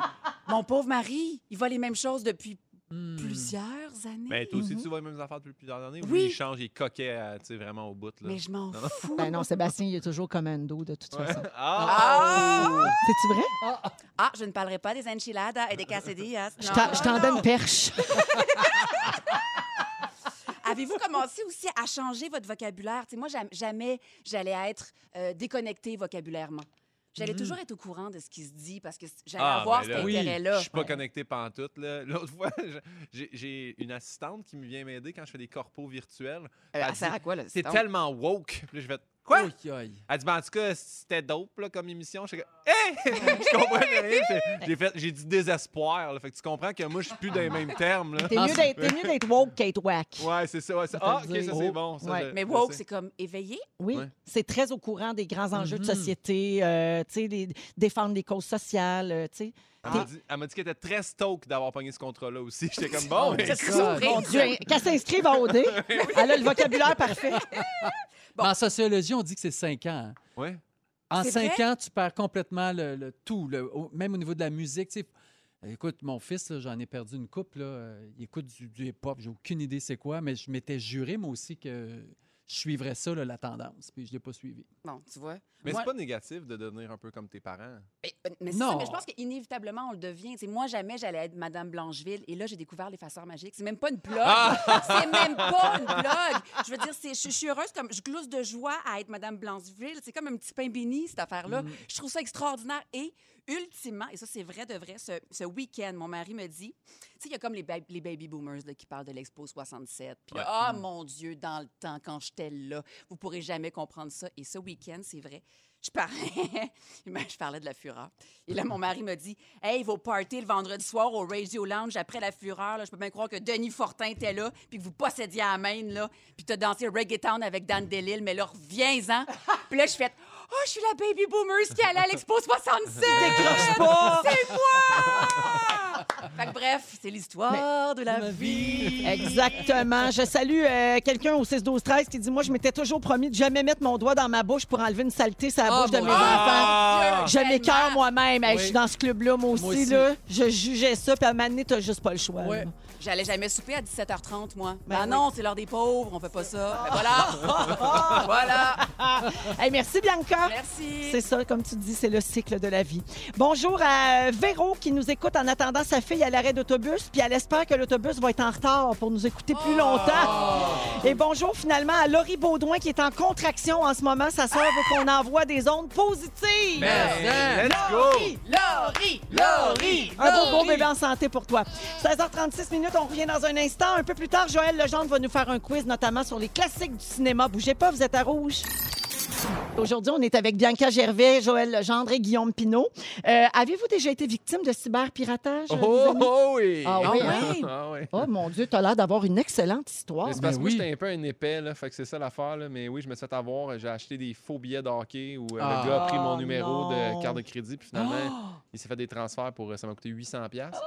mon pauvre mari, il voit les mêmes choses depuis plusieurs années. Mais Hmm. Ben, toi aussi, tu vois les mêmes affaires depuis plusieurs années? Ou Oui. lui, il change, il est coquet à, euh, tu sais, vraiment au bout. Là. Mais je m'en fous. Ben non, Sébastien, il est toujours commando de toute façon. Ah! Ah! C'est-tu vrai? Ah, je ne parlerai pas des enchiladas et des quesadillas. Je Non. t'en- je t'en donne perche. Avez-vous commencé aussi à changer votre vocabulaire? Tu sais, moi, jam- jamais j'allais être euh, déconnectée vocabulairement. J'allais toujours être au courant de ce qui se dit parce que c- j'allais Hmm. Ah, avoir ben cet là, oui. intérêt-là. Je suis pas connecté pantoute. Là. L'autre fois, je- j'ai, j'ai une assistante qui me vient m'aider quand je fais des corpos virtuels. Euh, Elle ça sert dit, à quoi, là? C'est donc? tellement woke. Puis là, je vais Quoi? Aïe, aïe. Elle dit, ben, en tout cas, c'était dope là, comme émission. J'étais comme, Hey! je comprenais rien. J'ai- J'ai, fait, j'ai dit désespoir. là. Fait que tu comprends que moi, je suis plus dans les mêmes termes. Là. T'es mieux d'être t'es mieux d'être woke Kate Wack. Ah, Ouais, c'est ça. Ouais, ça. Ça Ah, veut ok, dire- ça, c'est Oh. bon. ça, Ouais. je- Mais je woke, sais. c'est comme éveillé. Oui, Ouais. c'est très au courant des grands enjeux Mhm. de société, euh, tu sais, des- défendre les causes sociales, euh, tu sais. Elle m'a dit, elle m'a dit qu'elle était très stoked d'avoir pogné ce contrat-là aussi. J'étais comme, bon, mais- Ça, my c'est God. sourire. Mon Dieu, hein, qu'elle s'inscrive à OD, elle a le vocabulaire parfait. Bon. En sociologie, on dit que c'est 5 ans. hein. Ouais. En C'est cinq ans, tu perds complètement le, le tout, le- au- même au niveau de la musique. tu sais. Écoute, mon fils, là, j'en ai perdu une coupe. là, euh, il écoute du, du hip-hop, j'ai aucune idée c'est quoi, mais je m'étais juré, moi aussi, que je suivrais ça, là, la tendance, puis je ne l'ai pas suivi. Bon, tu vois. Mais Moi- c'est pas négatif de devenir un peu comme tes parents. Mais, Ben, mais c'est ça, Non. mais je pense qu'inévitablement, on le devient. Tu sais, moi, jamais j'allais être Madame Blancheville. Et là, j'ai découvert l'effaceur magique. C'est même pas une plug. C'est même pas une plug. Je veux dire, c'est- je je suis heureuse. comme Je glousse de joie à être Madame Blancheville. C'est comme un petit pain béni, cette affaire-là. Je trouve ça extraordinaire. Et ultimement, et ça, c'est vrai de vrai, ce, ce week-end, mon mari me dit tu sais, il y a comme les, ba- les baby boomers là, qui parlent de l'Expo 67. Puis, ah mon Dieu, dans le temps, quand j'étais là, vous pourrez jamais comprendre ça. Et ce week-end, c'est vrai, je parlais, je parlais de la fureur. Et là, mon mari me dit, hey, vos parties le vendredi soir au Radio Lounge après la fureur, là, je peux bien croire que Denis Fortin était là, puis que vous possédiez à la main, là, puis t'as dansé Reggaeton avec Dan Delille, mais là, reviens-en. puis là, je fais, oh, je suis la baby boomers qui allait à l'Expo 67. Décroche pas! C'est moi! fait que bref, c'est l'histoire de la vie. Exactement. Je salue euh, quelqu'un au 6 12 13 qui dit moi je m'étais toujours promis de jamais mettre mon doigt dans ma bouche pour enlever une saleté sur la Ah, bouche de mon mes Dieu. enfants. Ah! Je m'écœure moi-même. Hey, Oui. Je suis dans ce club-là, moi aussi. Moi aussi. Là. Je jugeais ça, puis à un moment donné, t'as juste pas le choix. Ouais. là. J'allais jamais souper à 17h30, moi. Ben, Ben oui. non, c'est l'heure des pauvres, on fait pas ça. Ben voilà. voilà. Hey, merci, Bianca. Merci. C'est ça, comme tu dis, c'est le cycle de la vie. Bonjour à Véro qui nous écoute en attendant sa fille à l'arrêt d'autobus, puis elle espère que l'autobus va être en retard pour nous écouter plus longtemps. Et bonjour finalement à Laurie Baudouin qui est en contraction en ce moment. Sa sœur veut qu'on envoie des ondes positives. Ben, let's go! Laurie, Laurie, Un beau, beau bébé en santé pour toi. 16h36 minutes, on revient dans un instant. Un peu plus tard, Joël Legendre va nous faire un quiz, notamment sur les classiques du cinéma. Bougez pas, vous êtes à rouge. Aujourd'hui, on est avec Bianca Gervais, Joël Legendre et Guillaume Pinault. Euh, Avez-vous déjà été victime de cyberpiratage? euh, les Oh, amis? oh, oui! Ah Ah, oui, hein? Ah oui. Oh mon Dieu, t'as l'air d'avoir une excellente histoire. Mais c'est parce ben que moi, oui. j'étais un peu un épais, là. Fait que c'est ça l'affaire, là. Mais oui, je me suis fait avoir. J'ai acheté des faux billets de hockey où euh, Ah. le gars a pris Oh, mon numéro non. de carte de crédit. Puis finalement, il s'est fait des transferts pour. euh, Ça m'a coûté 800$. piastres.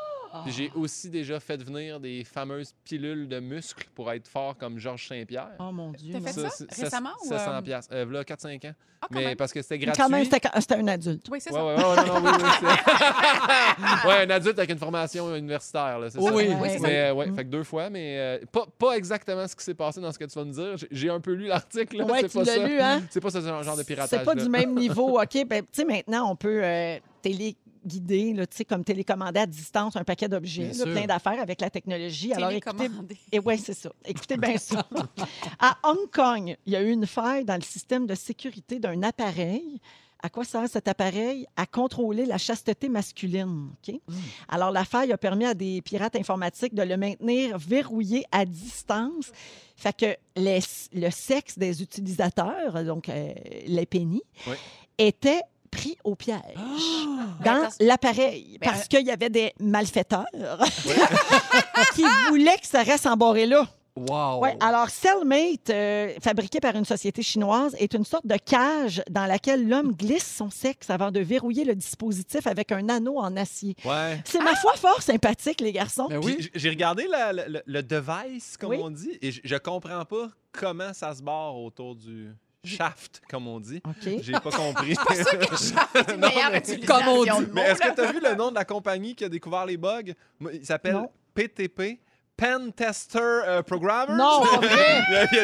Puis j'ai aussi déjà fait venir des fameuses pilules de muscles pour être fort comme Georges Saint-Pierre. Oh mon Dieu. T'as fait non. ça récemment ou, euh? 700$. piastres. Euh, là, 4-5 ans. Ah, quand mais même. parce que c'était gratuit. Quand même, c'était quand- c'était un adulte. Oui, c'est Ouais, ça. ouais, ouais, ouais, non, non, oui, oui, c'est- ouais, un adulte avec une formation universitaire, là, c'est ça. Oui, oui, Ouais. c'est ça. Mais, euh, ouais, fait que deux fois, mais euh, pas, pas exactement ce qui s'est passé dans ce que tu vas me dire. J'ai- J'ai un peu lu l'article, là, Ouais, c'est tu pas l'as ça. lu, hein? C'est pas ce genre de piratage. C'est pas là. du même niveau, OK? Ben, tu sais, maintenant, on peut euh, téléguider, là, tu sais, comme télécommander à distance un paquet d'objets, là, Bien sûr. plein d'affaires avec la technologie. Alors, écoutez... Télécommandé. Et ouais, c'est ça. Écoutez bien ça. À Hong Kong, il y a eu une faille dans le système de sécurité d'un appareil. À quoi sert cet appareil? À contrôler la chasteté masculine. OK? Alors, la faille a permis à des pirates informatiques de le maintenir verrouillé à distance. Fait que les- le sexe des utilisateurs, donc euh, les pénis, Oui. était pris au piège Ben, dans parce- l'appareil Ben, parce qu'il y avait des malfaiteurs qui voulaient que ça reste embarré là. Wow! Ouais, alors, Cellmate, euh, fabriqué par une société chinoise, est une sorte de cage dans laquelle l'homme glisse son sexe avant de verrouiller le dispositif avec un anneau en acier. Ouais. C'est ma foi fort sympathique, les garçons. Ben Puis oui. j- J'ai regardé la- le, le- le device, comme Oui. on dit, et j- je comprends pas comment ça se barre autour du shaft, comme on dit. OK. J'ai pas compris. C'est une meilleure Comme on utilisation dit. de Mais mots, est-ce là. que tu as vu le nom de la compagnie qui a découvert les bugs? Moi, Il s'appelle Non. PTP, Pen Tester euh, Programmer. Non, pas vrai. Il y a- il y a-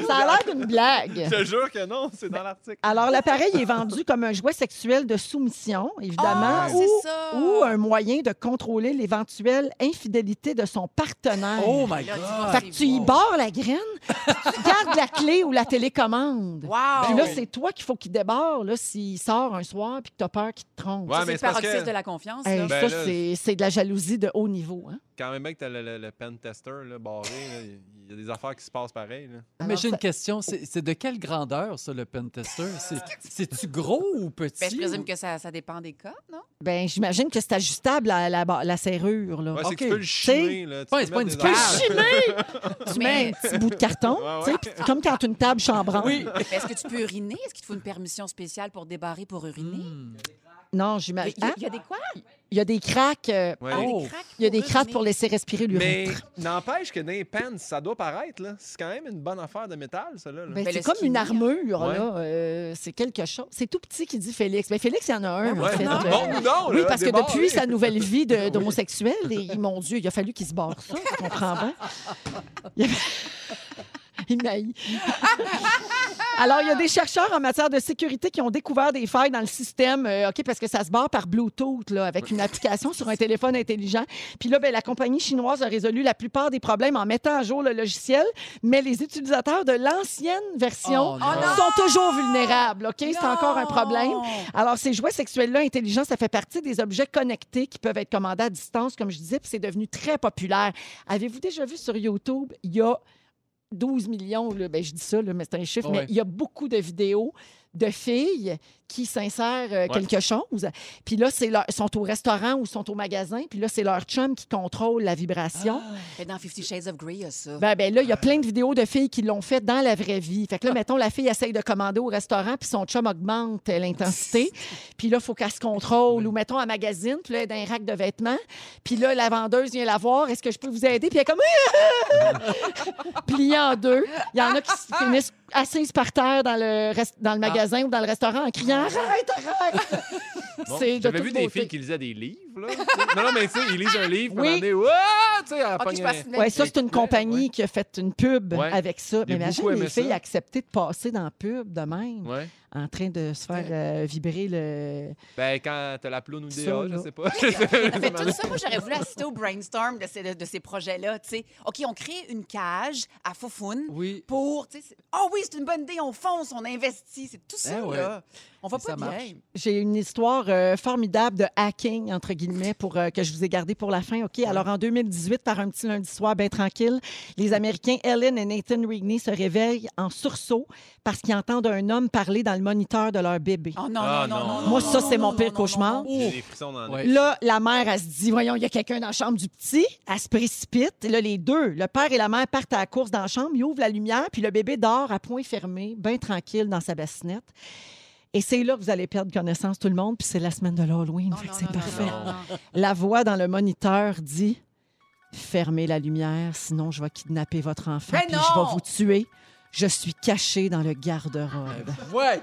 non, Ça a l'air d'une blague. je te jure que non, c'est dans l'article. Alors, l'appareil est vendu comme un jouet sexuel de soumission, évidemment, Ah, ou, c'est ça. ou un moyen de contrôler l'éventuelle infidélité de son partenaire. Oh my Là, tu God! vois, fait que tu y wow. barres la graine, puis tu gardes la clé ou la télécommande. Wow! Puis là, oui. c'est toi qu'il faut qu'il débarre là, s'il sort un soir puis que t'as peur qu'il te trompe. Ouais, Ça, c'est mais le c'est parce paroxysme que- de la confiance. Hey, là. Ben ça, là, c'est, c'est de la jalousie de haut niveau. hein. Quand même bien que tu as le, le, le pen tester là, barré, là, il il y a des affaires qui se passent pareil. là. Mais j'ai une question. C'est c'est de quelle grandeur, ça, le pentester? C'est- C'est-tu gros ou petit? Ben, je présume ou- que ça, ça dépend des cas, non? Ben, j'imagine que c'est ajustable à la, ba- la serrure, là. Ouais, C'est que tu ok, peux le tu chiner. là, tu Ouais, peux c'est pas mettre une Tu des peux affaires- chiner! tu mets Mais- un petit bout de carton, Ouais, ouais. tu sais, puis comme quand une table chambrante. Oui. Mais Est-ce que tu peux uriner? Est-ce qu'il te faut une permission spéciale pour débarrer pour uriner? Hmm. Non, Il j'imagine. y, Hein? a- il y a des quoi? Il y a des cracks. euh, Ouais. Ah, Oh. des cracks Il y a des cracks uriner. pour laisser respirer Mais l'urine. n'empêche que dans les pants, ça doit paraître. là. C'est quand même une bonne affaire de métal, ça. Là, là. Ben, Ben, c'est le comme skinny. une armure, Ouais. là. euh, c'est quelque chose. C'est tout petit qui dit Félix. Mais Félix, il y en a un, en Ouais. fait. Non. euh, Bon, nous donc, Oui, là, parce que débarre, depuis oui. sa nouvelle vie de- d'homosexuel, et mon Dieu, il a fallu qu'il se barre ça, tu comprends bien? Il, avait- il m'haït. Alors, il y a des chercheurs en matière de sécurité qui ont découvert des failles dans le système, euh, OK, parce que ça se barre par Bluetooth, là, avec une application sur un téléphone intelligent. Puis là, ben, la compagnie chinoise a résolu la plupart des problèmes en mettant à jour le logiciel, mais les utilisateurs de l'ancienne version Oh non. sont toujours vulnérables, OK? C'est Non! encore un problème. Alors, ces jouets sexuels-là intelligents, ça fait partie des objets connectés qui peuvent être commandés à distance, comme je disais, puis c'est devenu très populaire. Avez-vous déjà vu sur YouTube, il y a 12 millions, là, ben, je dis ça, là, mais c'est un chiffre, Ouais. mais il y a beaucoup de vidéos de filles qui s'insèrent euh, quelque chose. Puis là, c'est leur, sont au restaurant ou sont au magasin, puis là, c'est leur chum qui contrôle la Ah. vibration. Mais Ben, dans Fifty Shades of Grey, il y a ça. Ben, ben là, il y a plein de vidéos de filles qui l'ont fait dans la vraie vie. Fait Ah. que là, mettons, la fille essaye de commander au restaurant, puis son chum augmente euh, l'intensité. Puis là, il faut qu'elle se contrôle. Ou mettons, à magazine, puis là, elle est dans un rack de vêtements. Puis là, la vendeuse vient la voir. Est-ce que je peux vous aider? Puis elle est comme... Pliée en deux. Il y en a qui se finissent assises par terre dans le, rest- dans le Ah. magasin ou dans le restaurant en criant « Arrête, arrête! Bon, C'est de J'avais toute vu des beauté. filles qui lisaient des livres. Là, tu sais. non, non, mais tu sais, ils lisent un livre, puis Oui. à un moment donné, Ouah! Tu sais, elle Ok, pogne je un- passe une- Ouais, ça, c'est une compagnie ouais. qui a fait une pub Ouais. avec ça. Mais J'ai imagine beaucoup les aimé ça. filles accepter de passer dans la pub de même. Ouais. en train de se faire euh, vibrer le. Ben, quand t'as la ploune ou Ça, DA, je là. sais pas. Mais tout ça, moi, j'aurais voulu assister au brainstorm de ces, de, de ces projets-là. tu sais. OK, on crée une cage à Foufoune Oui. pour. tu sais, c'est- Oh oui, c'est une bonne idée, on fonce, on investit. C'est tout ça, Eh ouais. là. On va Et pas ça bien. marche. J'ai une histoire euh, formidable de hacking, entre guillemets, pour, euh, que je vous ai gardée pour la fin. OK? Alors, en 2018, par un petit lundi soir bien tranquille, les Américains Ellen et Nathan Rigney se réveillent en sursaut parce qu'ils entendent un homme parler dans le moniteur de leur bébé. Oh non, Ah, non, non, non. non, non. Moi, non, ça, non, c'est non, mon non, pire non, non, cauchemar. non. J'ai des frissons dans Oh, Ouais. les. Là, la mère, elle se dit, voyons, il y a quelqu'un dans la chambre du petit. Elle se précipite. Et là, les deux, le père et la mère partent à la course dans la chambre, ils ouvrent la lumière, puis le bébé dort à point fermé, bien tranquille dans sa bassinette. Et c'est là que vous allez perdre connaissance, tout le monde, puis c'est la semaine de l'Halloween. Non, Fait que Oh non, c'est parfait. non, non, non, non. La voix dans le moniteur dit Fermez la lumière, sinon je vais kidnapper votre enfant, Mais puis je non! vais vous tuer. Je suis cachée dans le garde-robe. Ouais.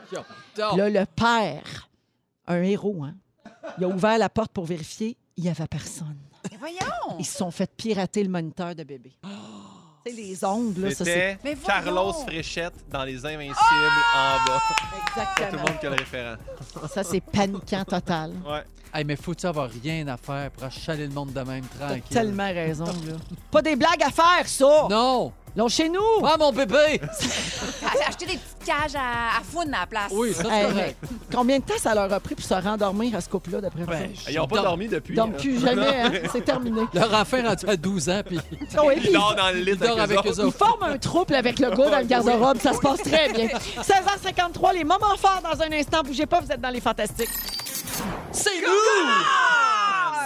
donc. Là, le père, un héros, hein, il a ouvert la porte pour vérifier, il n'y avait personne. Oh. Mais voyons! Ils se sont fait pirater le moniteur de bébé. C'est les ondes, là, ça, c'est C'était Mais voyons. Carlos Fréchette dans Les Invincibles en bas. Pas tout le monde qui a le référent. ça, c'est paniquant total. Ouais. Hey, mais faut-tu avoir rien à faire pour achaler le monde de même T'as tranquille? tellement raison, là. Pas des blagues à faire, ça! Non! Lâchez-nous! Ah, mon bébé! J'ai acheté des petites cages à, à Fouine à la place. Oui, ça, c'est Hey, correct. Combien de temps ça leur a pris pour se rendormir à ce couple-là, d'après vous? Ben, autres? Ils n'ont pas Donc- dormi depuis. Dans le là. cul, jamais, hein? C'est terminé. Leur enfant rendu à 12 ans, puis Oh, et puis, Ils dorment dans le lit il dort avec eux Ils autres. forment un trouble avec le gars dans le garde-robe. Ça se passe très bien. 16h53, les moments forts dans un instant. Bougez pas, vous êtes dans les fantastiques. C'est nous!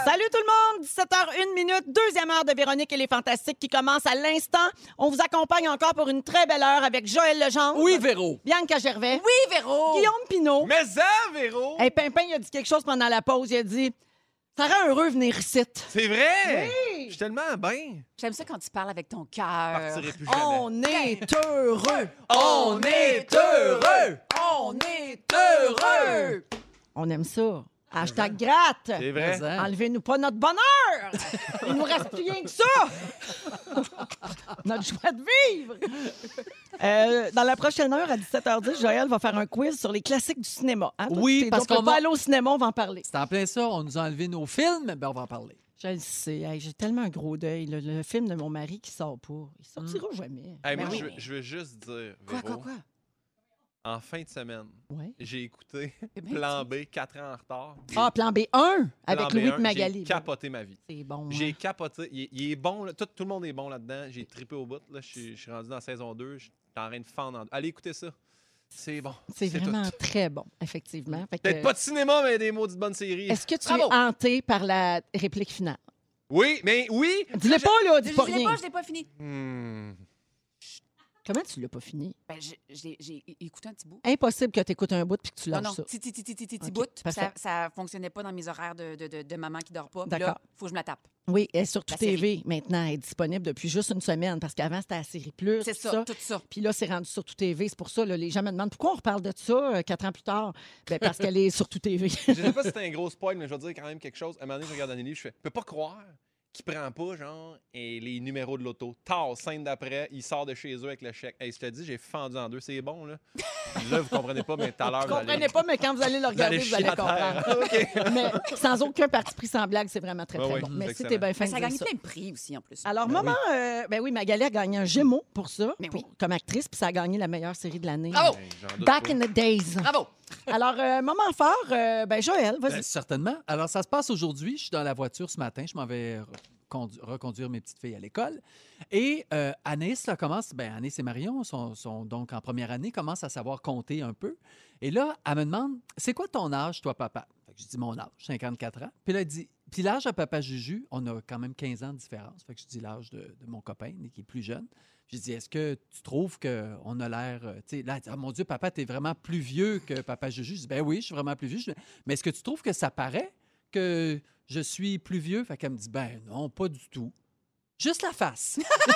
Salut tout le monde! 17h01 minute, deuxième heure de Véronique et les Fantastiques qui commence à l'instant. On vous accompagne encore pour une très belle heure avec Joël Legendre. Oui, Véro. Bianca Gervais. Oui, Véro! Guillaume Pinot. Mais ça, Véro! Hey, Pimpin, il a dit quelque chose pendant la pause. Il a dit Ça rend heureux venir ici. C'est vrai! Je suis tellement bien. J'aime ça quand tu parles avec ton Je cœur. partirai plus oh! jamais. On est heureux. On est heureux! On est heureux! On aime ça. Hashtag gratte. C'est vrai. Mais, hein, Enlevez-nous pas notre bonheur! Il nous reste plus rien que ça! notre joie de vivre! Euh, dans la prochaine heure, à 17h10, Joël va faire un quiz sur les classiques du cinéma. hein? Toi, Oui, t'es- parce donc, on qu'on peut a- aller au cinéma, on va en parler. C'est en plein ça, on nous a enlevé nos films, ben on va en parler. Je le sais, hey, j'ai tellement un gros deuil. Le, le film de mon mari qui sort pas, il sortira jamais. Hey, Ben moi, oui. je, veux- je veux juste dire, Quoi, Véro, quoi, quoi? en fin de semaine, Ouais. j'ai écouté Eh ben, Plan B 4 ans en retard. Ah, plan B1 avec Plan Louis B1, de Magali. J'ai capoté ma vie. C'est bon. hein. J'ai capoté. Il, est- il est bon. là. Tout, tout le monde est bon là-dedans. J'ai trippé au bout. Là. Je, suis- je suis rendu dans la saison 2. Je suis en train de fendre. En... Allez, écoutez ça. C'est bon. C'est vraiment tout. très bon, effectivement. Fait que- Peut-être pas de cinéma, mais des maudites bonnes séries. Est-ce que tu Bravo. es hanté par la réplique finale? Oui, mais oui. Dis-le pas, là, Je dis ne pas l'ai rien. pas, je l'ai pas fini. Hmm. Comment tu l'as pas fini? Ben, j'ai- j'ai j'ai écouté un petit bout. Impossible que tu écoutes un bout puis que tu Non, lâches non, ça. petit, petit, petit, petit, petit Ok, bout. puis parfait. Ça ne fonctionnait pas dans mes horaires de, de, de, de maman qui dort pas. Puis D'accord. Là, faut que je me la tape. Oui, elle est sur La Tout TV maintenant. Elle est disponible depuis juste une semaine parce qu'avant, c'était à Série Plus. C'est tout ça, tout ça. Puis là, c'est rendu sur Tout TV. C'est pour ça, là, les gens me demandent pourquoi on reparle de ça euh, quatre ans plus tard. Ben, parce qu'elle est sur Tout TV. Je sais pas si c'était un gros spoil, mais je vais dire quand même quelque chose. À un moment donné, je regarde dans les livres, je fais « Peux pas croire qu'il prend pas, genre, et les numéros de l'auto. Tard, scène d'après, il sort de chez eux avec le chèque. Hey, je te dis, j'ai fendu en deux. C'est bon, là. » Là, vous comprenez pas, mais tout à l'heure, Vous vous allez- comprenez pas, mais quand vous allez le vous regarder, allez vous allez chier à comprendre. terre. OK. Mais sans aucun parti pris, sans blague, c'est vraiment très, Ouais, très ouais, bon. c'est Merci, excellent. t'es bien fin Mais de Ben, ça a dire gagné ça. plein de prix aussi, en plus. Alors, maman, euh, ben oui, Magali a gagné un Gémeaux pour ça, Mais pour- Ben oui. Oh! comme actrice, puis ça a gagné la meilleure série de l'année. Bravo! Hey, j'en doute Back pas. in the days. Bravo! Alors, euh, moment fort, euh, ben Joël, vas-y. Ben, certainement. Alors, ça se passe aujourd'hui. Je suis dans la voiture ce matin. Je m'en vais recondu- reconduire mes petites filles à l'école. Et euh, Anaïs, là, commence. Ben, Anaïs et Marion sont, sont donc en première année, commencent à savoir compter un peu. Et là, elle me demande C'est quoi ton âge, toi, papa Fait que Je dis Mon âge, 54 ans. Puis là, elle dit Puis l'âge à papa Juju, on a quand même 15 ans de différence. Fait que je dis l'âge de, de mon copain, mais qui est plus jeune. J'ai dit, est-ce que tu trouves qu'on a l'air. euh, Tu sais, là, elle dit, Ah, mon Dieu, papa, t'es vraiment plus vieux que papa Juju. Je dis, ben oui, je suis vraiment plus vieux. Je dis, mais est-ce que tu trouves que ça paraît que je suis plus vieux? Fait qu'elle me dit, ben non, pas du tout. Juste la face.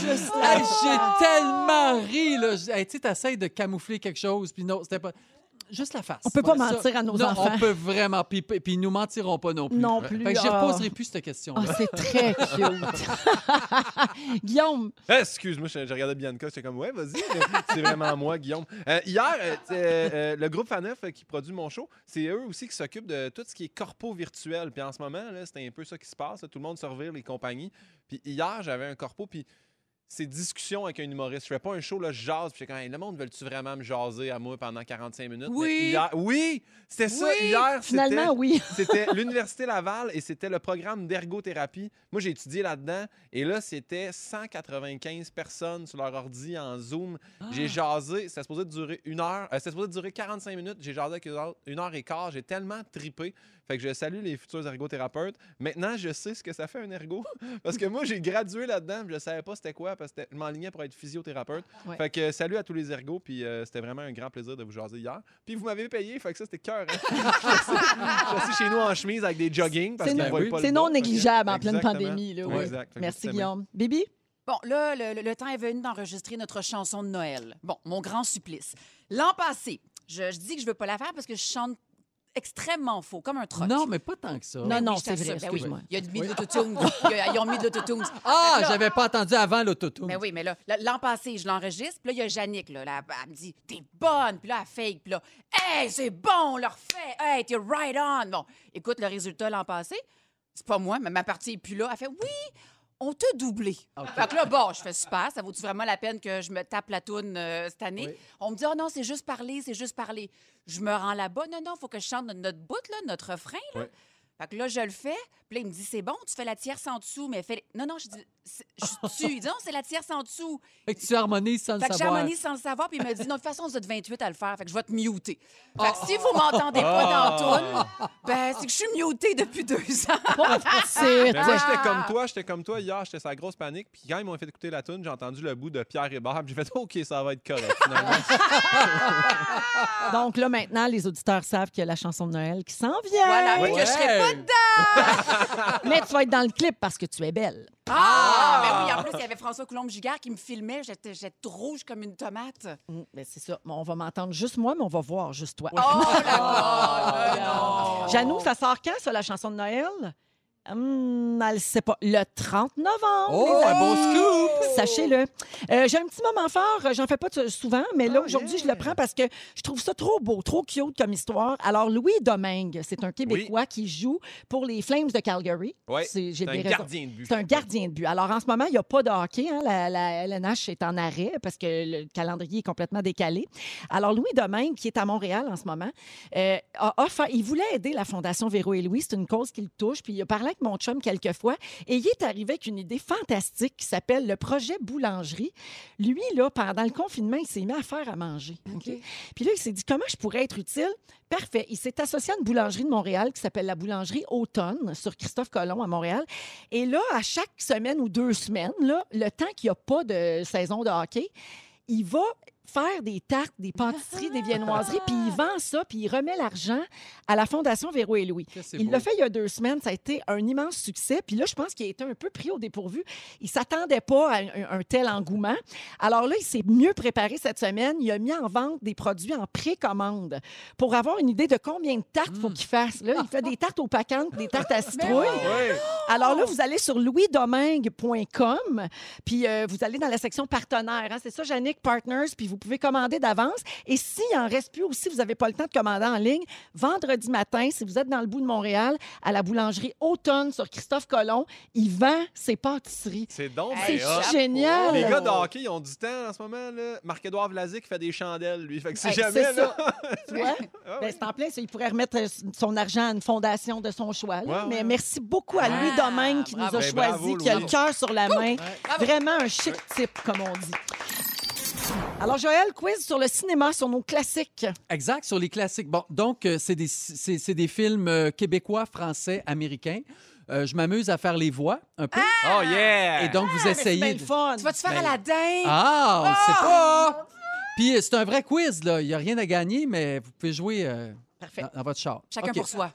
Juste la J'ai tellement ri, là. Je- Hey, tu sais, t'essayes de camoufler quelque chose, puis non, c'était pas. Juste la face. On peut pas Voilà, ça. mentir à nos Non, enfants. On peut vraiment, puis puis ils nous mentiront pas non plus. Non plus. Fait que j'y Ah. reposerai plus cette question Ah, c'est très cute. Guillaume, Eh, Excuse-moi, je, je regardais Bianca, j'étais comme ouais, vas-y, mais c'est vraiment moi, Guillaume. Euh, hier, euh, t- euh, euh, le groupe Fanef euh, qui produit mon show, c'est eux aussi qui s'occupent de tout ce qui est corpo virtuel. Puis en ce moment, là, c'était un peu ça qui se passe. là. tout le monde se revire, les compagnies. Puis hier, j'avais un corpo, puis c'est discussion avec un humoriste. Je fais pas un show, là, je jase, puis j'étais comme Hey, le monde veut-tu vraiment me jaser à moi pendant 45 minutes? Mais Oui. hier- oui, c'était ça. Oui. Hier, c'était- finalement, oui. c'était l'Université Laval et c'était le programme d'ergothérapie. Moi, j'ai étudié là-dedans et là, c'était 195 personnes sur leur ordi en Zoom. Ah. J'ai jasé, c'était supposé durer une heure, euh, c'était supposé durer 45 minutes. J'ai jasé avec eux autres une heure et quart. J'ai tellement tripé. Fait que je salue les futurs ergothérapeutes. Maintenant, je sais ce que ça fait un ergo. Parce que moi, j'ai gradué là-dedans, mais je savais pas c'était quoi parce que je m'enlignais pour être physiothérapeute. Ouais. Fait que euh, salut à tous les ergots, puis euh, c'était vraiment un grand plaisir de vous jaser hier. Puis vous m'avez payé, fait que ça, c'était cœur. hein. Je suis assis chez nous en chemise avec des joggings parce C'est qu'on non- voit oui. pas le C'est bord. non négligeable en pleine Exactement. pandémie. Là, Ouais, ouais. exact. Fait que Merci, c'était Guillaume. Bibi? Bon, là, le, le- le temps est venu d'enregistrer notre chanson de Noël. Bon, mon grand supplice. L'an passé, je, je dis que je veux pas la faire parce que je chante extrêmement faux, comme un troc. Non, mais pas tant que ça. Non, non, Je c'est vrai, t'assure, ben oui. excuse-moi. Il y a mis de l'autotune. Il y a- Ils ont mis de l'autotune. Ah, Fait que là- j'avais pas entendu avant l'autotune. Mais Ben oui, mais là, là, l'an passé, je l'enregistre. Puis là, il y a Yannick, là, là, Elle me dit, t'es bonne. Puis là, elle fake. Puis là, hey, c'est bon, on le refait. Hey, t'es right on. Bon, écoute, le résultat l'an passé, c'est pas moi, mais ma partie est plus là. Elle fait, oui, on t'a doublé. Fait que là, bon, je fais super. Ça vaut-tu vraiment la peine que je me tape la toune euh, cette année? Oui. On me dit, oh non, c'est juste parler, c'est juste parler. Je me rends là-bas. Non, non, faut que je chante notre- notre bout, là, notre refrain. Là. Oui. Fait que là, je le fais. Puis là, il me dit, c'est bon, tu fais la tierce en dessous, mais fais. Non, non, je dis, c'est- je suis. Il dit, non, c'est la tierce en dessous. Fait que tu harmonises sans Fait le que savoir. j'harmonise sans le savoir, puis il me dit, non, de toute façon, vous êtes 28 à le faire, fait que je vais te muter. Fait que si vous m'entendez Oh. pas dans la toune, ben, c'est que je suis mutée depuis deux ans. Ah! C'est Mais moi, j'étais comme toi, j'étais comme toi hier, j'étais sa grosse panique. Puis quand ils m'ont fait écouter la tune, j'ai entendu le bout de Pierre Hébert. puis J'ai fait OK, ça va être correct. finalement. Donc là, maintenant, les auditeurs savent qu'il y a la chanson de Noël qui s'en vient. Voilà, mais que je serais pas Ouais. dedans. Mais tu vas être dans le clip parce que tu es belle. Ah! Ben oui, en plus, il y avait François Coulombe-Gigard qui me filmait, j'étais j'étais rouge comme une tomate. Mm, ben, c'est ça. Bon, On va m'entendre juste moi, mais on va voir juste toi. Oh là là, là, non! Janou, ça sort quand, ça, la chanson de Noël? Hum, elle sait pas. Le 30 novembre. Oh, les un bon amis. scoop! Sachez-le. Euh, J'ai un petit moment fort. Euh, J'en fais pas t- souvent, mais là, aujourd'hui, je le prends parce que je trouve ça trop beau, trop cute comme histoire. Alors, Louis Domingue, c'est un Québécois qui joue pour les Flames de Calgary. Ouais, C'est j'ai C'est des un raisons- gardien de but. C'est un gardien de but. Alors, en ce moment, il n'y a pas de hockey. hein. La, la LNH est en arrêt parce que le calendrier est complètement décalé. Alors, Louis Domingue, qui est à Montréal en ce moment, euh, a offert- il voulait aider la Fondation Véro et Louis. C'est une cause qui le touche. Puis, il a parlé avec mon chum quelques fois. Et il est arrivé avec une idée fantastique qui s'appelle le projet boulangerie. Lui, là, pendant le confinement, il s'est mis à faire à manger. OK? Puis là, il s'est dit comment je pourrais être utile. Parfait. Il s'est associé à une boulangerie de Montréal qui s'appelle la Boulangerie Automne sur Christophe Colomb à Montréal. Et là, à chaque semaine ou deux semaines, là, le temps qu'il n'y a pas de saison de hockey, il va faire des tartes, des pâtisseries, des viennoiseries, puis il vend ça, puis il remet l'argent à la Fondation Véro et Louis. Ça, c'est Il beau. l'a fait il y a deux semaines. Ça a été un immense succès. Puis là, je pense qu'il a été un peu pris au dépourvu. Il ne s'attendait pas à un, un tel engouement. Alors là, il s'est mieux préparé cette semaine. Il a mis en vente des produits en précommande pour avoir une idée de combien de tartes Mmh. faut qu'il fasse. Là, il fait des tartes aux pacantes, des tartes Ben à citrouille. Ah Ouais. Alors Oh! là, vous allez sur louisdomingue.com, puis euh, vous allez dans la section partenaires. hein. c'est ça, Yannick Partners, puis vous pouvez commander d'avance. Et s'il en reste plus ou si vous n'avez pas le temps de commander en ligne, vendredi matin, si vous êtes dans le bout de Montréal, à la boulangerie Automne sur Christophe Colomb, il vend ses pâtisseries. C'est donc Hey, ben C'est hot. génial! Les gars de hockey, ils ont du temps en ce moment. là. Marc-Édouard Vlasic fait des chandelles, lui. Fait que si Hey, jamais. c'est là- Ah Tu vois? Ben, c'est en plein, ça. il pourrait remettre euh, son argent à une fondation de son choix. là. Ouais, ouais, Mais ouais. merci beaucoup à Louis Ah, Domingue qui nous bravo. a Ben, choisi, bravo, qui a le Louis. cœur sur la main. Bravo. Vraiment un chic type, comme on dit. Alors, Joël, quiz sur le cinéma, sur nos classiques. Exact, sur les classiques. Bon, donc, euh, c'est des, c'est- c'est des films euh, québécois, français, américains. Euh, je m'amuse à faire les voix un peu. Oh yeah! et donc, vous Ah, mais C'est bien essayez. le de- fun. Oh! Tu vas te faire à la dinde? Ben, Ah, on ne sait pas! Puis euh, c'est un vrai quiz, là. Il n'y a rien à gagner, mais vous pouvez jouer euh, Parfait. dans, dans votre char. Chacun OK. pour soi.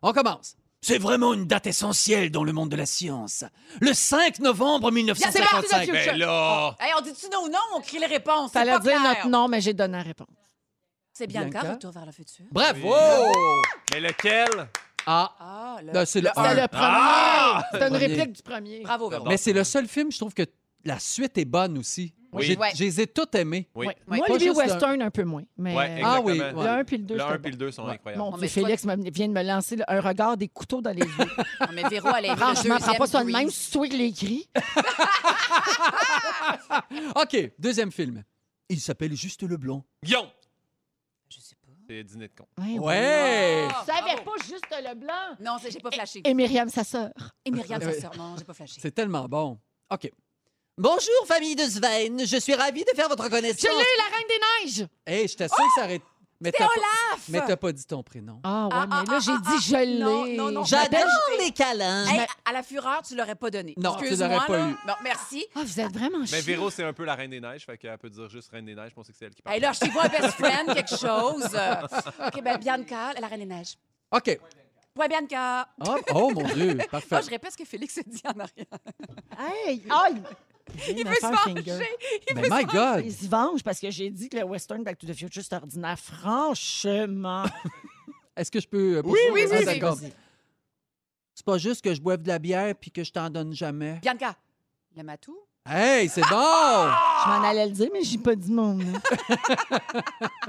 On commence. C'est vraiment une date essentielle dans le monde de la science. Le 5 novembre C'est parti, le 1955. futur. Ben Ah! là! Hey, on dit-tu non ou non? On crie les réponses. C'est Fallait pas dire clair. notre nom, mais j'ai donné la réponse. C'est bien Bianca. Bianca, Retour vers le futur. Bravo! Mais lequel? Ah, Ah, là. là, c'est le C'est un. le premier. Ah! C'est une Premier. réplique du premier. Bravo, Véro. Mais c'est le seul film, je trouve que la suite est bonne aussi. Oui. J'ai- Ouais. Je les ai tous aimés. Oui. Ouais. Ouais, Moi, pas le juste un. western, un peu moins. Mais Ouais, euh, Ah exactement. oui, le 1 puis le 2, Le 1 puis le 2 sont incroyables. Mon On Dieu, met- Félix m'a- vient de me lancer le- un regard des couteaux dans les yeux. Non, mais Véro, elle est Franchement, prends pas ça de deuxième même, Grease. c'est toi qui l'as écrit. OK, deuxième film. Il s'appelle Juste le Blond. Guillaume! Je sais pas. C'est dîner de con. Ouais, Ouais! Ah, Je savais bravo. pas juste le blanc. Non, c'est- j'ai pas flashé. Et Myriam, sa sœur. Et Myriam, Ouais. sa sœur. Non, j'ai pas flashé. C'est tellement bon. OK. Bonjour, famille de Sven. Je suis ravie de faire votre Je l'ai, connaissance. la Reine des Neiges. Hey, je t'assure que ça aurait... Mais C'était t'as pas- Olaf! mais t'as pas dit ton prénom. Ah ouais, Ah, ah, mais là, ah, j'ai ah, dit je l'ai. non, non, non. Je m'appelle- J'adore les câlins. Hey, à- à la fureur, tu l'aurais pas donné. Non, tu Excuse-moi, l'aurais pas là. eu. Bon, merci. Ah, vous êtes vraiment Mais chiants. Véro, c'est un peu la reine des neiges, fait qu'elle peut dire juste reine des neiges, je pensais que c'est elle qui parle. Hey, là, je t'ai vois un best friend, quelque chose. Euh, OK, ben Bianca, la reine des neiges. OK. Ouais, Bianca. Ah, oh, mon Dieu, Moi, parfait. je répète ce que Félix a dit en arrière. Hey, Ah. aïe. Il veut se venger. Il Mais veut se my God! Ils y vengent parce que j'ai dit que le western Back to the Future, c'est ordinaire. Franchement. Est-ce que je peux... euh, Oui, poursuivre? oui, Ah, oui, d'accord. vas-y. C'est pas juste que je boive de la bière puis que je t'en donne jamais. Bianca, le matou. Hey, Ah! c'est bon! Je m'en allais le dire, mais j'ai pas dit mon nom.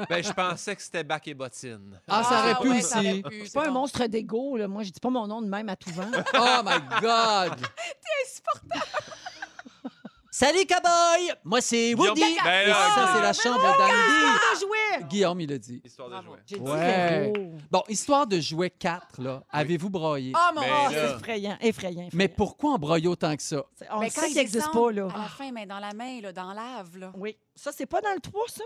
Ben, je pensais que c'était Bac et Bottine. Ah, ça aurait pu ouais, ça aurait aussi. pu, Je suis c'est pas un bon. monstre d'ego, là. Moi, je dis pas mon nom de même à tout vent. Oh my God! Salut, cowboy. Moi, c'est Woody. Guillaume- Ben Et là, ça, c'est la chambre d'Andy. Ah, jouet! Guillaume, il a dit. Histoire de Bravo. jouer. J'ai dit Ouais. Euh. Véro. Bon, histoire de jouer 4, là. Avez-vous broyé? Oh mon Ben Dieu. Ah, là. c'est effrayant, effrayant. Mais effrayant. pourquoi on broye autant que ça? On Ben, le sait qu'il n'existe descendent pas, là. À la fin, mais dans la main, là, dans lave, là. Oui. Ça, c'est pas dans le 3, ça?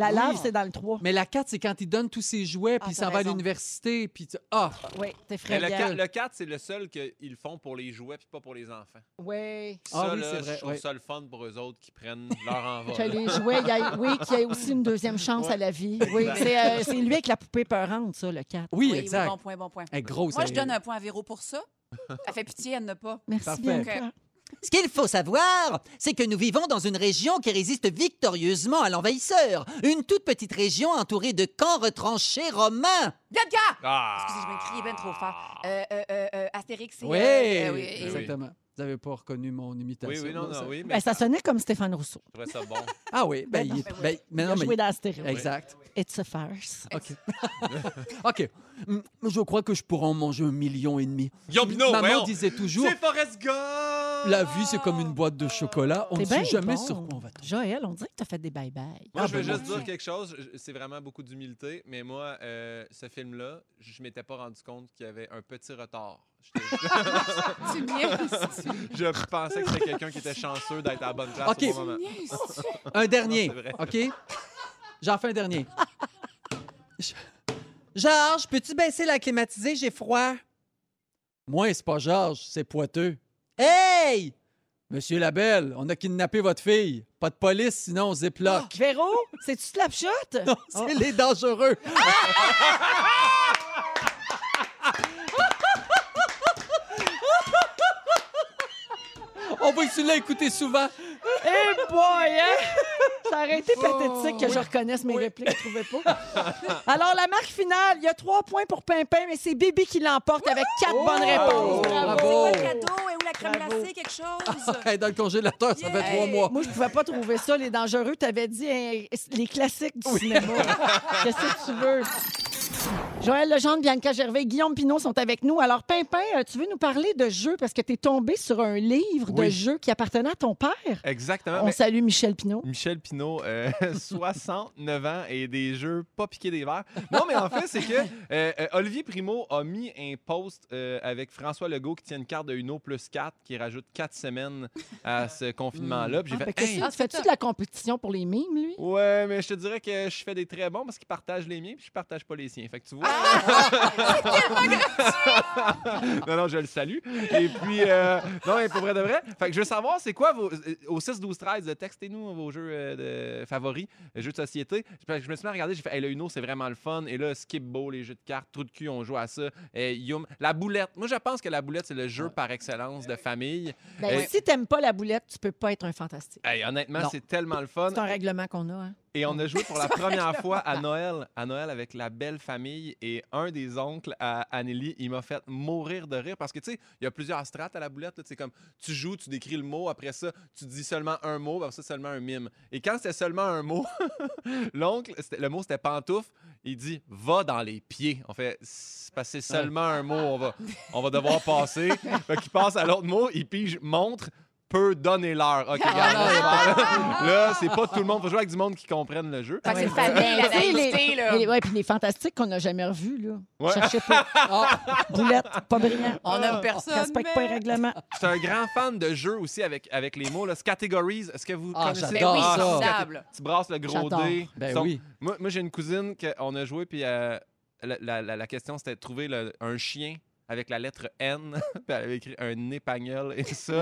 La Oui. lave, c'est dans le 3. Mais la 4, c'est quand il donne tous ses jouets, puis Ah, il t'as s'en va à raison. l'université, puis tu- Ah! Oui, t'es Mais le, frayant. quatre- le 4, c'est le seul qu'ils font pour les jouets puis pas pour les enfants. Oui. Ça, Ah oui, là, c'est vrai, je trouve ouais. ça le fun pour eux autres qui prennent leur Que envol. les jouets, il y a, oui, qu'il y ait aussi une deuxième chance Ouais. à la vie. Oui, c'est euh, c'est lui avec la poupée peurante, ça, le 4. Oui, oui, exact. Oh, bon point, bon point. Elle est grosse. Moi, je elle- donne un point à Véro pour ça. Elle fait pitié, elle n'a pas. Merci Parfait. bien. Ce qu'il faut savoir, c'est que nous vivons dans une région qui résiste victorieusement à l'envahisseur. Une toute petite région entourée de camps retranchés romains. Bianca! Ah! Excusez, je me criais bien trop fort. Euh, euh, euh, euh, Astérix, c'est... eh Oui, Eh euh, euh, oui, Eh et- exactement. Vous n'avez pas reconnu mon Oui, imitation. oui, non, là, ça- non, oui, mais Ben, ça sonnait comme Stéphane Rousseau. je trouvais ça bon. Ah oui, ben, Ben non. il est- ben, mais Il non, a mais- joué dans Astérix. Exact. It's a farce. OK. OK. Mm, Je crois que je pourrais en manger un million et demi. Yo, Pino, Maman Oh, voyons! disait toujours, C'est Forrest Gump! la vie, c'est comme une boîte de chocolat. On T'es ne bien sait jamais bon. sur quoi on va tomber. Joël, on dirait que t'as fait des bye-bye. Moi, Ah, je veux ben, juste mon dire Dieu. quelque chose. Je- C'est vraiment beaucoup d'humilité, mais moi, euh, ce film-là, je m'étais pas rendu compte qu'il y avait un petit retard. J'étais- Tu niaises. je pensais que c'était quelqu'un qui était chanceux d'être à la bonne place Ok. au bon moment. Oh! Un dernier, Non, Ah, c'est vrai. OK? J'en fais un dernier. Georges, peux-tu baisser la climatisée? J'ai froid. Moi, c'est pas Georges, c'est Poiteux. Hey! Monsieur Labelle, on a kidnappé votre fille. Pas de police, sinon on ziploc. Véro, c'est-tu Slapshot? Ah, C'est les dangereux. On va que tu l'as écouté souvent. Eh boy, hein? Ça aurait été pathétique que je reconnaisse mes répliques, je trouvais pas. Alors, la marque finale, il y a trois points pour Pimpin, mais c'est Bibi qui l'emporte avec quatre bonnes réponses. Bravo. Quoi Bravo. le cadeau? Et où la crème Bravo. Ah, glacée? Quelque chose? Hey, dans le congélateur, ça fait Yeah. trois mois. Moi, je pouvais pas trouver ça, les dangereux. T'avais dit hein, les classiques du cinéma. Qu'est-ce que tu veux? Joël Legendre, Bianca Gervais, Guillaume Pinot sont avec nous. Alors, Pimpin, euh, tu veux nous parler de jeux parce que tu es tombé sur un livre de Oui. Ah, jeux qui appartenait à ton père. Exactement. On salue Michel Pinot. Michel Pinault, euh, 69 ans et des jeux pas piqués des verres. Non, mais en fait, c'est que euh, euh, Olivier Primo a mis un post euh, avec François Legault qui tient une carte de Uno plus 4 qui rajoute 4 semaines à ce confinement-là. Puis Ah, j'ai fait fait, que Hey! ça, Fais-tu de la compétition pour les mimes, lui? Ouais, mais je te dirais que je fais des très bons parce qu'ils partagent les miens puis je partage pas les siens. Fait que tu vois. non, non, je le salue. Et puis, euh, non, mais pour vrai de vrai. Fait que je veux savoir, c'est quoi vos. euh, Au 6, 12, 13, euh, textez-nous vos jeux euh, de favoris, euh, jeux de société. Je, je me suis mis à regarder, j'ai fait, hey, le Uno, c'est vraiment le fun. Et là, Skip Bow, les jeux de cartes, trou de cul, on joue à ça. Et Yum. La boulette. Moi, je pense que la boulette, c'est le jeu par excellence de famille. Ben, Eh. Si t'aimes pas la boulette, tu peux pas être un fantastique. Hey, honnêtement, Non. c'est tellement le fun. C'est un règlement qu'on a. Hein? Et on a joué pour la première fois à Noël, à Noël avec la belle famille et un des oncles à Anneli, il m'a fait mourir de rire parce que tu sais, il y a plusieurs strates à la boulette, là, tu sais comme tu joues, tu décris le mot, après ça, tu dis seulement un mot, après ça seulement un mime. Et quand c'était seulement un mot, l'oncle, c'était- le mot c'était pantoufle, il dit va dans les pieds. En fait, c'est parce que c'est seulement un mot, on va on va devoir passer. Fait qu'il passe à l'autre mot, il pige montre peut donner l'heure. OK, regarde, là, c'est pas- là, c'est pas tout le monde. Faut jouer avec du monde qui comprenne le jeu. Fait que c'est une Ben, famille, la tu sais, les- naïveté, là. Ben les- ouais, puis les fantastiques qu'on n'a jamais revus, là. Euh, Ouais. Cherchez pas. Ah, boulette, pas brillant. On n'aime personne, Respecte pas les mais- règlements. Je suis un grand fan de jeux aussi avec, avec les mots. Là. Categories, est-ce que vous Ah, connaissez? Ben J'adore oui, ça. c'est c'est formidable. catég- Tu brasses le gros J'adore. dé. Ben Son- oui. Moi, moi, j'ai une cousine qu'on a joué, puis euh, la, la- la- la question, c'était de trouver le- un chien avec la lettre N. puis elle avait écrit un épagnol et ça,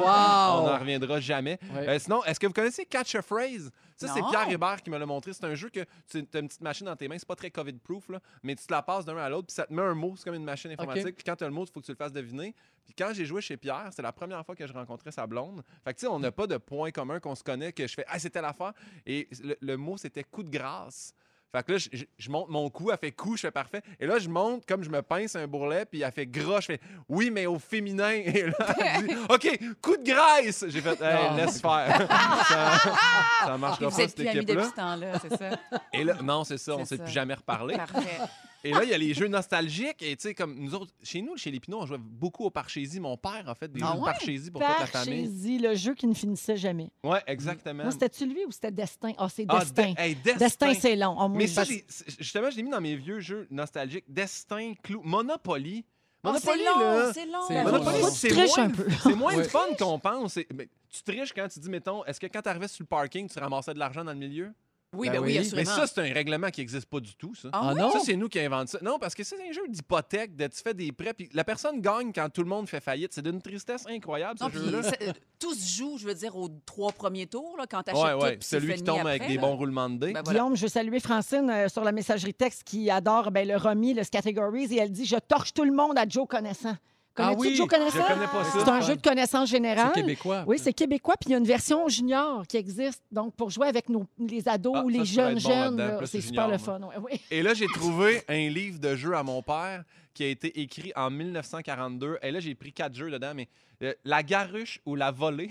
on n'en reviendra jamais. Ouais. Euh, sinon, est-ce que vous connaissez Catch a Phrase? Ça, c'est Non. Pierre Hébert qui me l'a montré. C'est un jeu que tu as une petite machine dans tes mains, c'est pas très COVID-proof, là, mais tu te la passes d'un à l'autre, puis ça te met un mot, c'est comme une machine informatique. Puis quand tu as le mot, il faut que tu le fasses deviner. Puis quand j'ai joué chez Pierre, c'est la première fois que je rencontrais sa blonde. Fait que tu sais, on n'a pas de point commun qu'on se connaît, que je fais Ah, c'était l'affaire. Et le, le mot, c'était coup de grâce. Fait que là, je, je- je monte mon cou, elle fait coup, je fais parfait. Et là, je monte comme je me pince un bourrelet, puis elle fait gras, je fais oui, mais au féminin. Et là, elle dit OK, coup de graisse. J'ai fait Hey, Non. laisse faire. ça, ça Et marchera vous pas, êtes cette plus amis depuis équipe-là. ce temps-là, c'est ça? Et là, non, c'est ça, on C'est s'est ça. plus jamais reparlé. Parfait. Et là, il y a les jeux nostalgiques. Et tu sais, comme nous autres, chez nous, chez les Pinots, on jouait beaucoup au Parchésie. Mon père a fait des Ah jeux de ouais? Parchésie pour toute la famille. Parchésie, le jeu qui ne finissait jamais. Ouais, exactement. Non, c'était-tu lui ou c'était Destin? Ah, c'est Ah, Destin. de- hey, Destin, c'est long. Ah, moi, Mais je- ça, j'ai- c'est- justement, je l'ai mis dans mes vieux jeux nostalgiques. Destin, Clou, Monopoly. Oh, c'est Monopoly, long, là. c'est long. C'est Ben, long. oui. Monopoly, Faut que c'est tu triches moins, un peu. c'est moins Ouais. de fun qu'on pense. C'est- mais tu triches quand tu dis, mettons, est-ce que quand tu arrivais sur le parking, tu ramassais de l'argent dans le milieu? Oui, Ben ben oui, oui. assurément. Mais ça, c'est un règlement qui n'existe pas du tout, ça. Ah Ah oui? non? Ça, c'est nous qui inventons ça. Non, parce que c'est un jeu d'hypothèque, de tu fais des prêts, puis la personne gagne quand tout le monde fait faillite. C'est d'une tristesse incroyable, Non, ce jeu-là. puis ça- euh, tous jouent, je veux dire, aux trois premiers tours, là, quand t'achètes Ouais, tout. ouais. puis tu Celui le qui finis tombe après, avec des là. bons roulements de dés. Ben voilà. Guillaume, je veux saluer Francine euh, sur la messagerie texte qui adore ben, le Romy, le Scategories, et elle dit Je torche tout le monde à Joe Connaissant. Ah Connais-tu Ah oui, Joe Connaisseur? je connais pas ça. C'est un jeu de connaissance générale. C'est québécois. Ah, ben. Oui, c'est québécois, puis il y a une version junior qui existe, donc pour jouer avec nos, les ados Ah, ou les ça, je pourrais jeunes être bon jeunes, là-dedans, là, plus c'est super junior, le moi. fun. ouais, oui. Et là, j'ai trouvé un livre de jeux à mon père qui a été écrit en 1942. Et là, j'ai pris quatre jeux dedans, mais euh, La garuche ou la volée.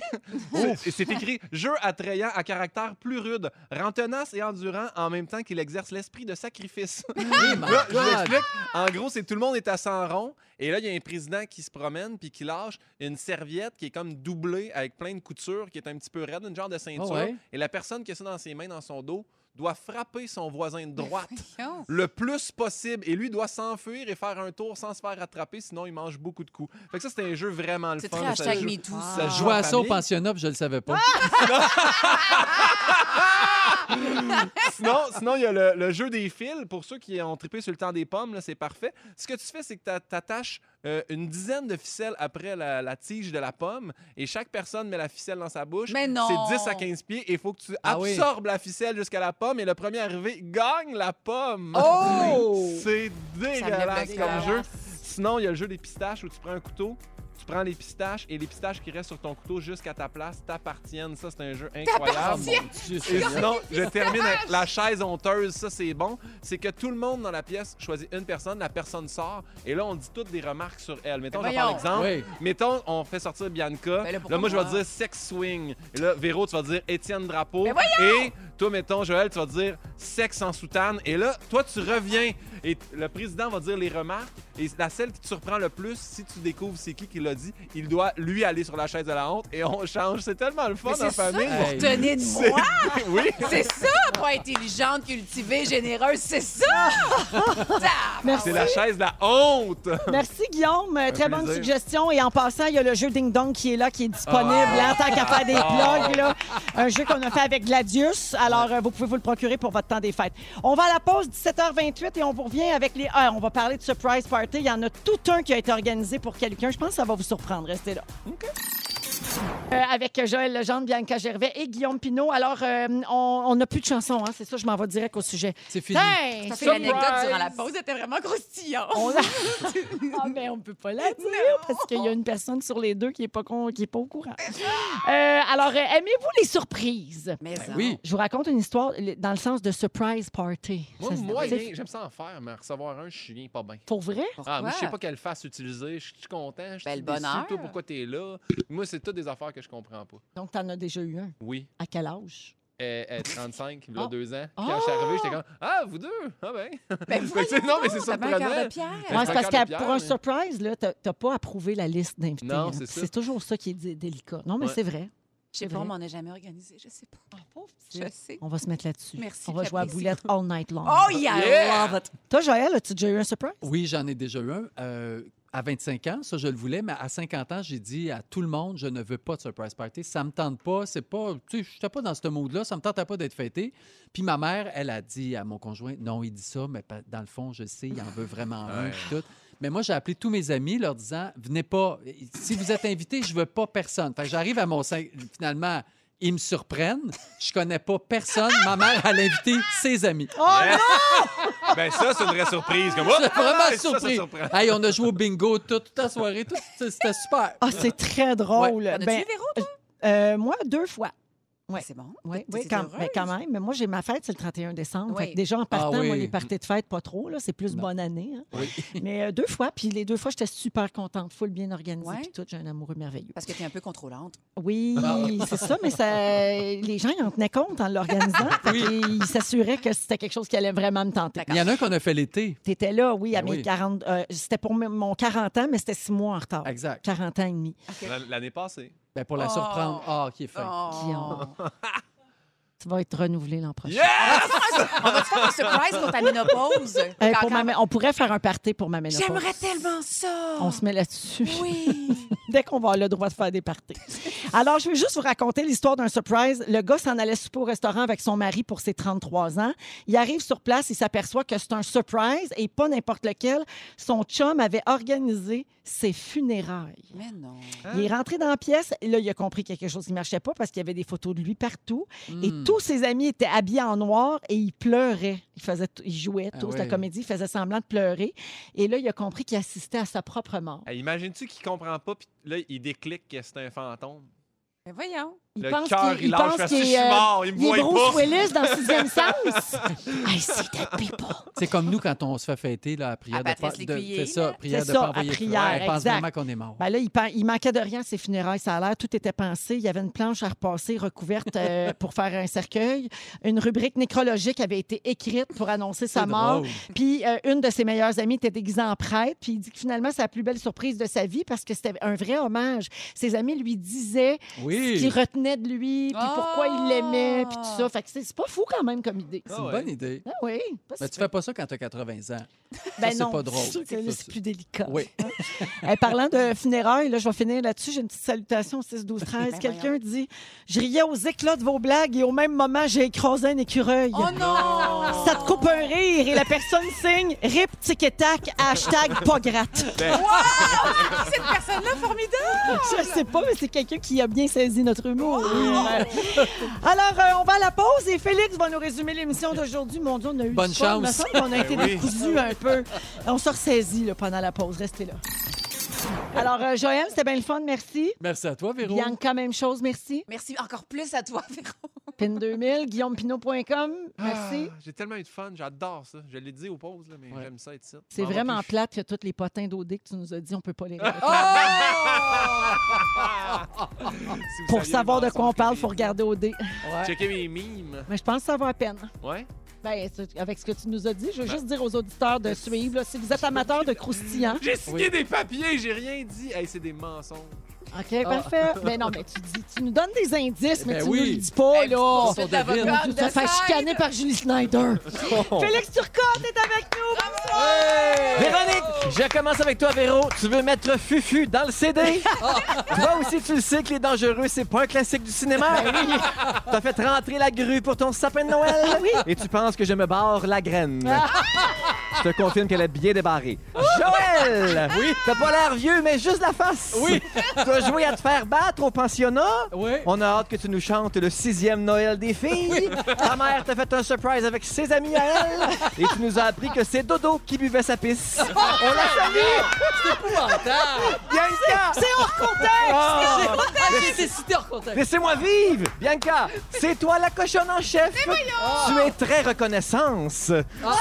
C'est c'est écrit Jeu attrayant à caractère plus rude, rend tenace et endurant en même temps qu'il exerce l'esprit de sacrifice. Ah, Oh Là, je vous explique. En gros, c'est tout le monde est à 100 ronds. Et là, il y a un président qui se promène puis qui lâche une serviette qui est comme doublée avec plein de coutures, qui est un petit peu raide, une genre de ceinture. Ah ouais? Et la personne qui a ça dans ses mains, dans son dos, doit frapper son voisin de droite Voyons. le plus possible. Et lui doit s'enfuir et faire un tour sans se faire attraper, sinon il mange beaucoup de coups. Fait que ça, c'était un jeu vraiment le fun. C'est très ça Ah, hashtag Ah. joue- MeToo. ça ça. Je joue jouais en à ça au famille. pensionnat, puis je le savais pas. Sinon, sinon, il y a le, le jeu des fils. Pour ceux qui ont trippé sur le temps des pommes, là, c'est parfait. Ce que tu fais, c'est que t'a- t'attaches euh, une dizaine de ficelles après la, la tige de la pomme et chaque personne met la ficelle dans sa bouche. Mais non. C'est 10 à 15 pieds et il faut que tu Ah oui. absorbes la ficelle jusqu'à la pomme et le premier arrivé gagne la pomme. Ah! Oh! C'est lève dégueulasse le comme cœur. jeu. Sinon, il y a le jeu des pistaches où tu prends un couteau, tu prends les pistaches et les pistaches qui restent sur ton couteau jusqu'à ta place t'appartiennent. Ça, c'est un jeu incroyable. Et sinon, je termine avec la chaise honteuse. Ça, c'est bon. C'est que tout le monde dans la pièce choisit une personne, la personne sort, et là, on dit toutes des remarques sur elle. Mettons, Mais je prends voyons. l'exemple. Oui. Mettons, on fait sortir Bianca. Ben là, là, pourquoi moi, je vais moi? dire sex swing. Et là, Véro, tu vas dire Étienne Drapeau. Mais Et toi, mettons, Joël, tu vas dire sexe en soutane. Et là, toi, tu reviens. Et t- le président va dire les remarques. Et la celle qui te surprend le plus, si tu découvres c'est qui qui l'a dit, il doit lui aller sur la chaise de la honte. Et on change. C'est tellement le fun Mais en c'est ça famille. que vous Hey. retenez de C'est- moi! oui. C'est ça, pas intelligente, cultivée, généreuse, c'est ça! Merci. Ah C'est la chaise de la honte! Merci, Guillaume. Euh, Très bonne plaisir. suggestion. Et en passant, il y a le jeu Ding Dong qui est là, qui est disponible, Ah. hein, tant qu'à faire des Ah. blogs. Là. Un jeu qu'on a fait avec Gladius. Alors, euh, vous pouvez vous le procurer pour votre temps des fêtes. On va à la pause, 17h28, et on vous revient avec les... Ah, on va parler de Surprise Party. Il y en a tout un qui a été organisé pour quelqu'un. Je pense que ça va vous surprendre. Restez là. Euh, avec Joël Legendre, Bianca Gervais et Guillaume Pinault. Alors, euh, on n'a plus de chansons, hein, c'est ça, je m'en vais direct au sujet. C'est fini. Hey, Parce que Ben, l'anecdote surprise! durant la pause était vraiment croustillante. On la- Ah, mais on peut pas la dire parce qu'il y a une personne sur les deux qui est pas, con- qui est pas au courant. Euh, alors, euh, aimez-vous les surprises? Mais Ben ça. Oui. Je vous raconte une histoire le- dans le sens de surprise party. Moi, Ça se- moyen, c'est- j'aime ça en faire, mais recevoir un, je suis bien pas bien. Pour vrai? Ah, moi, je sais Pourquoi? pas quelle face utiliser. Je suis content. Je suis Ben, le déçu. bonheur. Toi, pourquoi t'es là? Moi, c'est toutes des affaires que je comprends pas. Donc, t'en as déjà eu un. Oui. À quel âge? Euh, euh, 35, il y Oh. a deux ans. Puis quand je suis arrivé, j'étais comme Ah, vous deux! Ah, ben! Ben, Fait que, tu sais, non, mais c'est voyons donc, t'avais un cœur de surprenant. pierre. Ben, Ouais, c'est c'est un parce cœur que de pour pierre, un mais- surprise, là, t'as t'as pas approuvé la liste d'invités. Non, hein. c'est ça. C'est toujours ça qui est dé- délicat. Non, mais Ouais. c'est vrai. Je sais C'est pas, on vrai. m'en a jamais organisé, je sais pas. Ah, Je sais. On va se mettre là-dessus. Merci, On va jouer à j'apprécie. boulette all night long. Oh, yeah! Yeah! love it. Toi, Joël, as-tu déjà eu un surprise? Oui, j'en ai déjà eu un. euh, à 25 ans, ça, je le voulais, mais à 50 ans, j'ai dit à tout le monde, je ne veux pas de surprise party. Ça me tente pas. C'est pas, tu sais, je n'étais pas dans ce mode-là. Ça me tentait pas d'être fêté. Puis ma mère, elle a dit à mon conjoint, non, il dit ça, mais pa- dans le fond, je sais, il en veut vraiment un. Ouais. puis tout. Mais moi, j'ai appelé tous mes amis leur disant, venez pas. Si vous êtes invités, je veux pas personne. Fait que j'arrive à mon cin- finalement. Ils me surprennent. Je connais pas personne. Ma mère a invité ses amis. ben, ça, c'est une vraie surprise. Comme, oh, J'étais vraiment ah, ça, ça surpris. surprend. Hey, on a joué au bingo toute, toute la soirée. tout- C'était super. Ah, c'est très drôle. T'en as-tu Ben, eu, Véro? euh, moi, deux fois. Ouais. C'est bon. Oui, T'es- oui t'es quand, heureuse? mais quand même. Mais moi, j'ai ma fête, c'est le 31 décembre. Oui. Fait que déjà, en partant, moi, Ah oui. les parties de fête, pas trop. là, C'est plus Non. bonne année. hein. Oui. Mais euh, deux fois, puis les deux fois, j'étais super contente. Full bien organisée, Ouais. puis tout. J'ai un amoureux merveilleux. Parce que t'es un peu contrôlante. Oui, Ah. c'est ça, mais ça, les gens, ils en tenaient compte en l'organisant. Fait Oui. qu'ils- Ils s'assuraient que c'était quelque chose qui allait vraiment me tenter. D'accord. Il y en a un qu'on a fait l'été. T'étais là, oui, à Ben mes oui. 40... euh, c'était pour mes- mon 40 ans, mais c'était six mois en retard. Exact. 40 ans et demi. L'année passée. Ben, pour la Oh. surprendre. Ah, qui est fin. Oh. Guillaume. Tu vas être renouvelé l'an prochain. On va te faire un surprise pour ta ménopause. Euh, Quand- pour ma quand- mé- on pourrait faire un party pour ma ménopause. J'aimerais tellement ça. On se met là-dessus. Oui. Dès qu'on va avoir le droit de faire des parties. Alors, je vais juste vous raconter l'histoire d'un surprise. Le gars s'en allait souper au restaurant avec son mari pour ses 33 ans. Il arrive sur place, il s'aperçoit que c'est un surprise et pas n'importe lequel. Son chum avait organisé ses funérailles. Mais non. Hein? Il est rentré dans la pièce. Oh. Et là, il a compris qu'il y a quelque chose qui ne marchait pas parce qu'il y avait des photos de lui partout. Et Hmm. tout tous ses amis étaient habillés en noir et il pleurait. Il, faisait, il jouait Ah tous la ouais. comédie, il faisait semblant de pleurer. Et là, il a compris qu'il assistait à sa propre mort. Ah. Hey, Imagines-tu qu'il comprend pas, puis là, il déclique que c'est un fantôme. Mais Ben voyons. Il le pense cœur, qu'il- il lâche. pense parce que qu'il je suis est, euh, mort, il me Il est voit Bruce pas. Willis dans Sixième Sens. I see dead people. C'est comme nous quand on se fait fêter là, à prière Ah, À ben, de pas. Patrice de- Lécuyer, C'est là. ça, prière C'est de ça, pas à envoyer prière, On pense exact. vraiment qu'on est mort. Ben là, il, pen- il manquait de rien à ses funérailles, ça a l'air. Tout était pensé. Il y avait une planche à repasser recouverte euh, pour faire un cercueil. Une rubrique nécrologique avait été écrite pour annoncer sa C'est mort. drôle. Puis euh, une de ses meilleures amies était déguisée en prêtre. Puis il dit que finalement, c'est la plus belle surprise de sa vie parce que c'était un vrai hommage. Ses amis lui disaient ce Oui, Ah qu'ils retenaient de lui, puis Ah! pourquoi il l'aimait, puis tout Ah! ça. Fait que c'est c'est pas fou quand même comme idée. c'est Ah une ouais. bonne idée. Ah oui, pas Ben, si tu fais pas ça quand tu as 80 ans. ben c'est non, pas drôle. C'est Ça, c'est c'est- plus délicat. Oui. Eh, parlant de funérailles, là, je vais finir là-dessus. J'ai une petite salutation au 6, 12, 13. Ben Quelqu'un dit Je riais aux éclats de vos blagues et au même moment, j'ai écrasé un écureuil. Oh non! Ça te coupe un rire et la personne signe RIP tic et tac, hashtag pas gratte. Cette personne-là, formidable! Je sais pas, mais c'est quelqu'un qui a bien saisi notre humour. Oh Ouais. Alors, euh, on va à la pause et Félix va nous résumer l'émission d'aujourd'hui. Mon Dieu, on a eu Bonne du fun. Il me chance. semble qu'on a été Ben oui. décousus un peu. On se ressaisit là, pendant la pause. Restez là. Alors, euh, Joël, c'était bien le fun. Merci. Merci à toi, Véro. Bianca, même chose, merci. Merci encore plus à toi, Véro. PIN2000, guillaumepinot.com, merci. Ah, J'ai tellement eu de fun, j'adore ça. Je l'ai dit aux pauses, là, mais Ouais. j'aime ça être ça. C'est Ah, M'en va vraiment plus. plate que tous les potins d'OD que tu nous as dit, on peut pas les répéter. Ah, Si vous Pour saviez le savoir de quoi on mensonge que parle, j'ai faut dit. regarder OD. Checker mes mimes. Mais je pense que ça va à peine. Ouais. Ben, c'est- avec ce que tu nous as dit, je Ben. veux juste dire aux auditeurs de suivre. là, si vous êtes amateur de croustillants, J'ai signé des papiers, j'ai rien dit. Hey, c'est des mensonges. OK, parfait. Mais non, mais tu, dis, tu nous donnes des indices, mais Ah. Ben tu oui. nous le dis pas, là. sont Mon Dieu, Tu te fais chicaner par Julie Snyder. Oh. Félix Turcotte est avec nous. Véronique, je commence avec toi, Véro. Tu veux mettre Fufu dans le CD? Toi aussi, tu le sais que Les Dangereux, c'est pas un classique du cinéma. T'as fait rentrer la grue pour ton sapin de Noël. Et tu penses que je me barre la graine. Je te confirme qu'elle est bien débarrée. Joël! Oui? T'as pas l'air vieux, mais juste la face. Oui. T'as joué à te faire battre au pensionnat. Oui. On a hâte que tu nous chantes le sixième Noël des filles. Ta mère t'a fait un surprise avec ses amis à elle. Et tu nous as appris que c'est Dodo qui buvait sa pisse. On la salue! Bianca! C'est hors contexte. Ah! C'est cité hors contexte. Laissez-moi vivre! Bianca, c'est toi la cochonne en chef! Tu es très reconnaissance!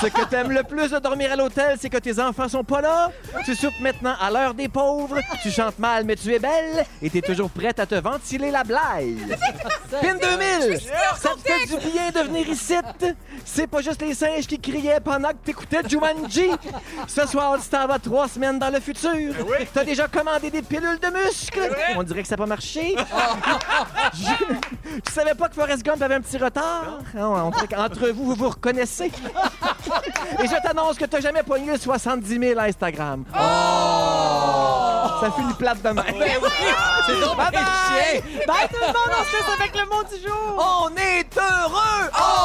Ce que t'aimes le plus de dormir à l'hôtel, c'est que tes enfants sont pas là! Tu soupes maintenant à l'heure des pauvres! Tu chantes mal, mais tu es belle! Et t'es toujours prête à te ventiler la blague! Pin 2000! Ça te fait du bien de venir ici! C'est pas juste les singes qui criaient pendant que t'écoutais Jumanji! Ce soir, tu t'en vas trois semaines dans le futur! T'as déjà commandé des pilules de muscles! On dirait que ça n'a pas marché! Je- Tu savais pas que Forrest Gump avait un petit retard? Ah, on dirait qu'entre vous, vous vous reconnaissez. Et je t'annonce que t'as jamais pogné le 70 000 à Instagram. Oh! Ça finit plate demain. C'est donc Bye bien bye! chien. Bye tout le monde, on se laisse avec le mot du jour. On est heureux! Oh!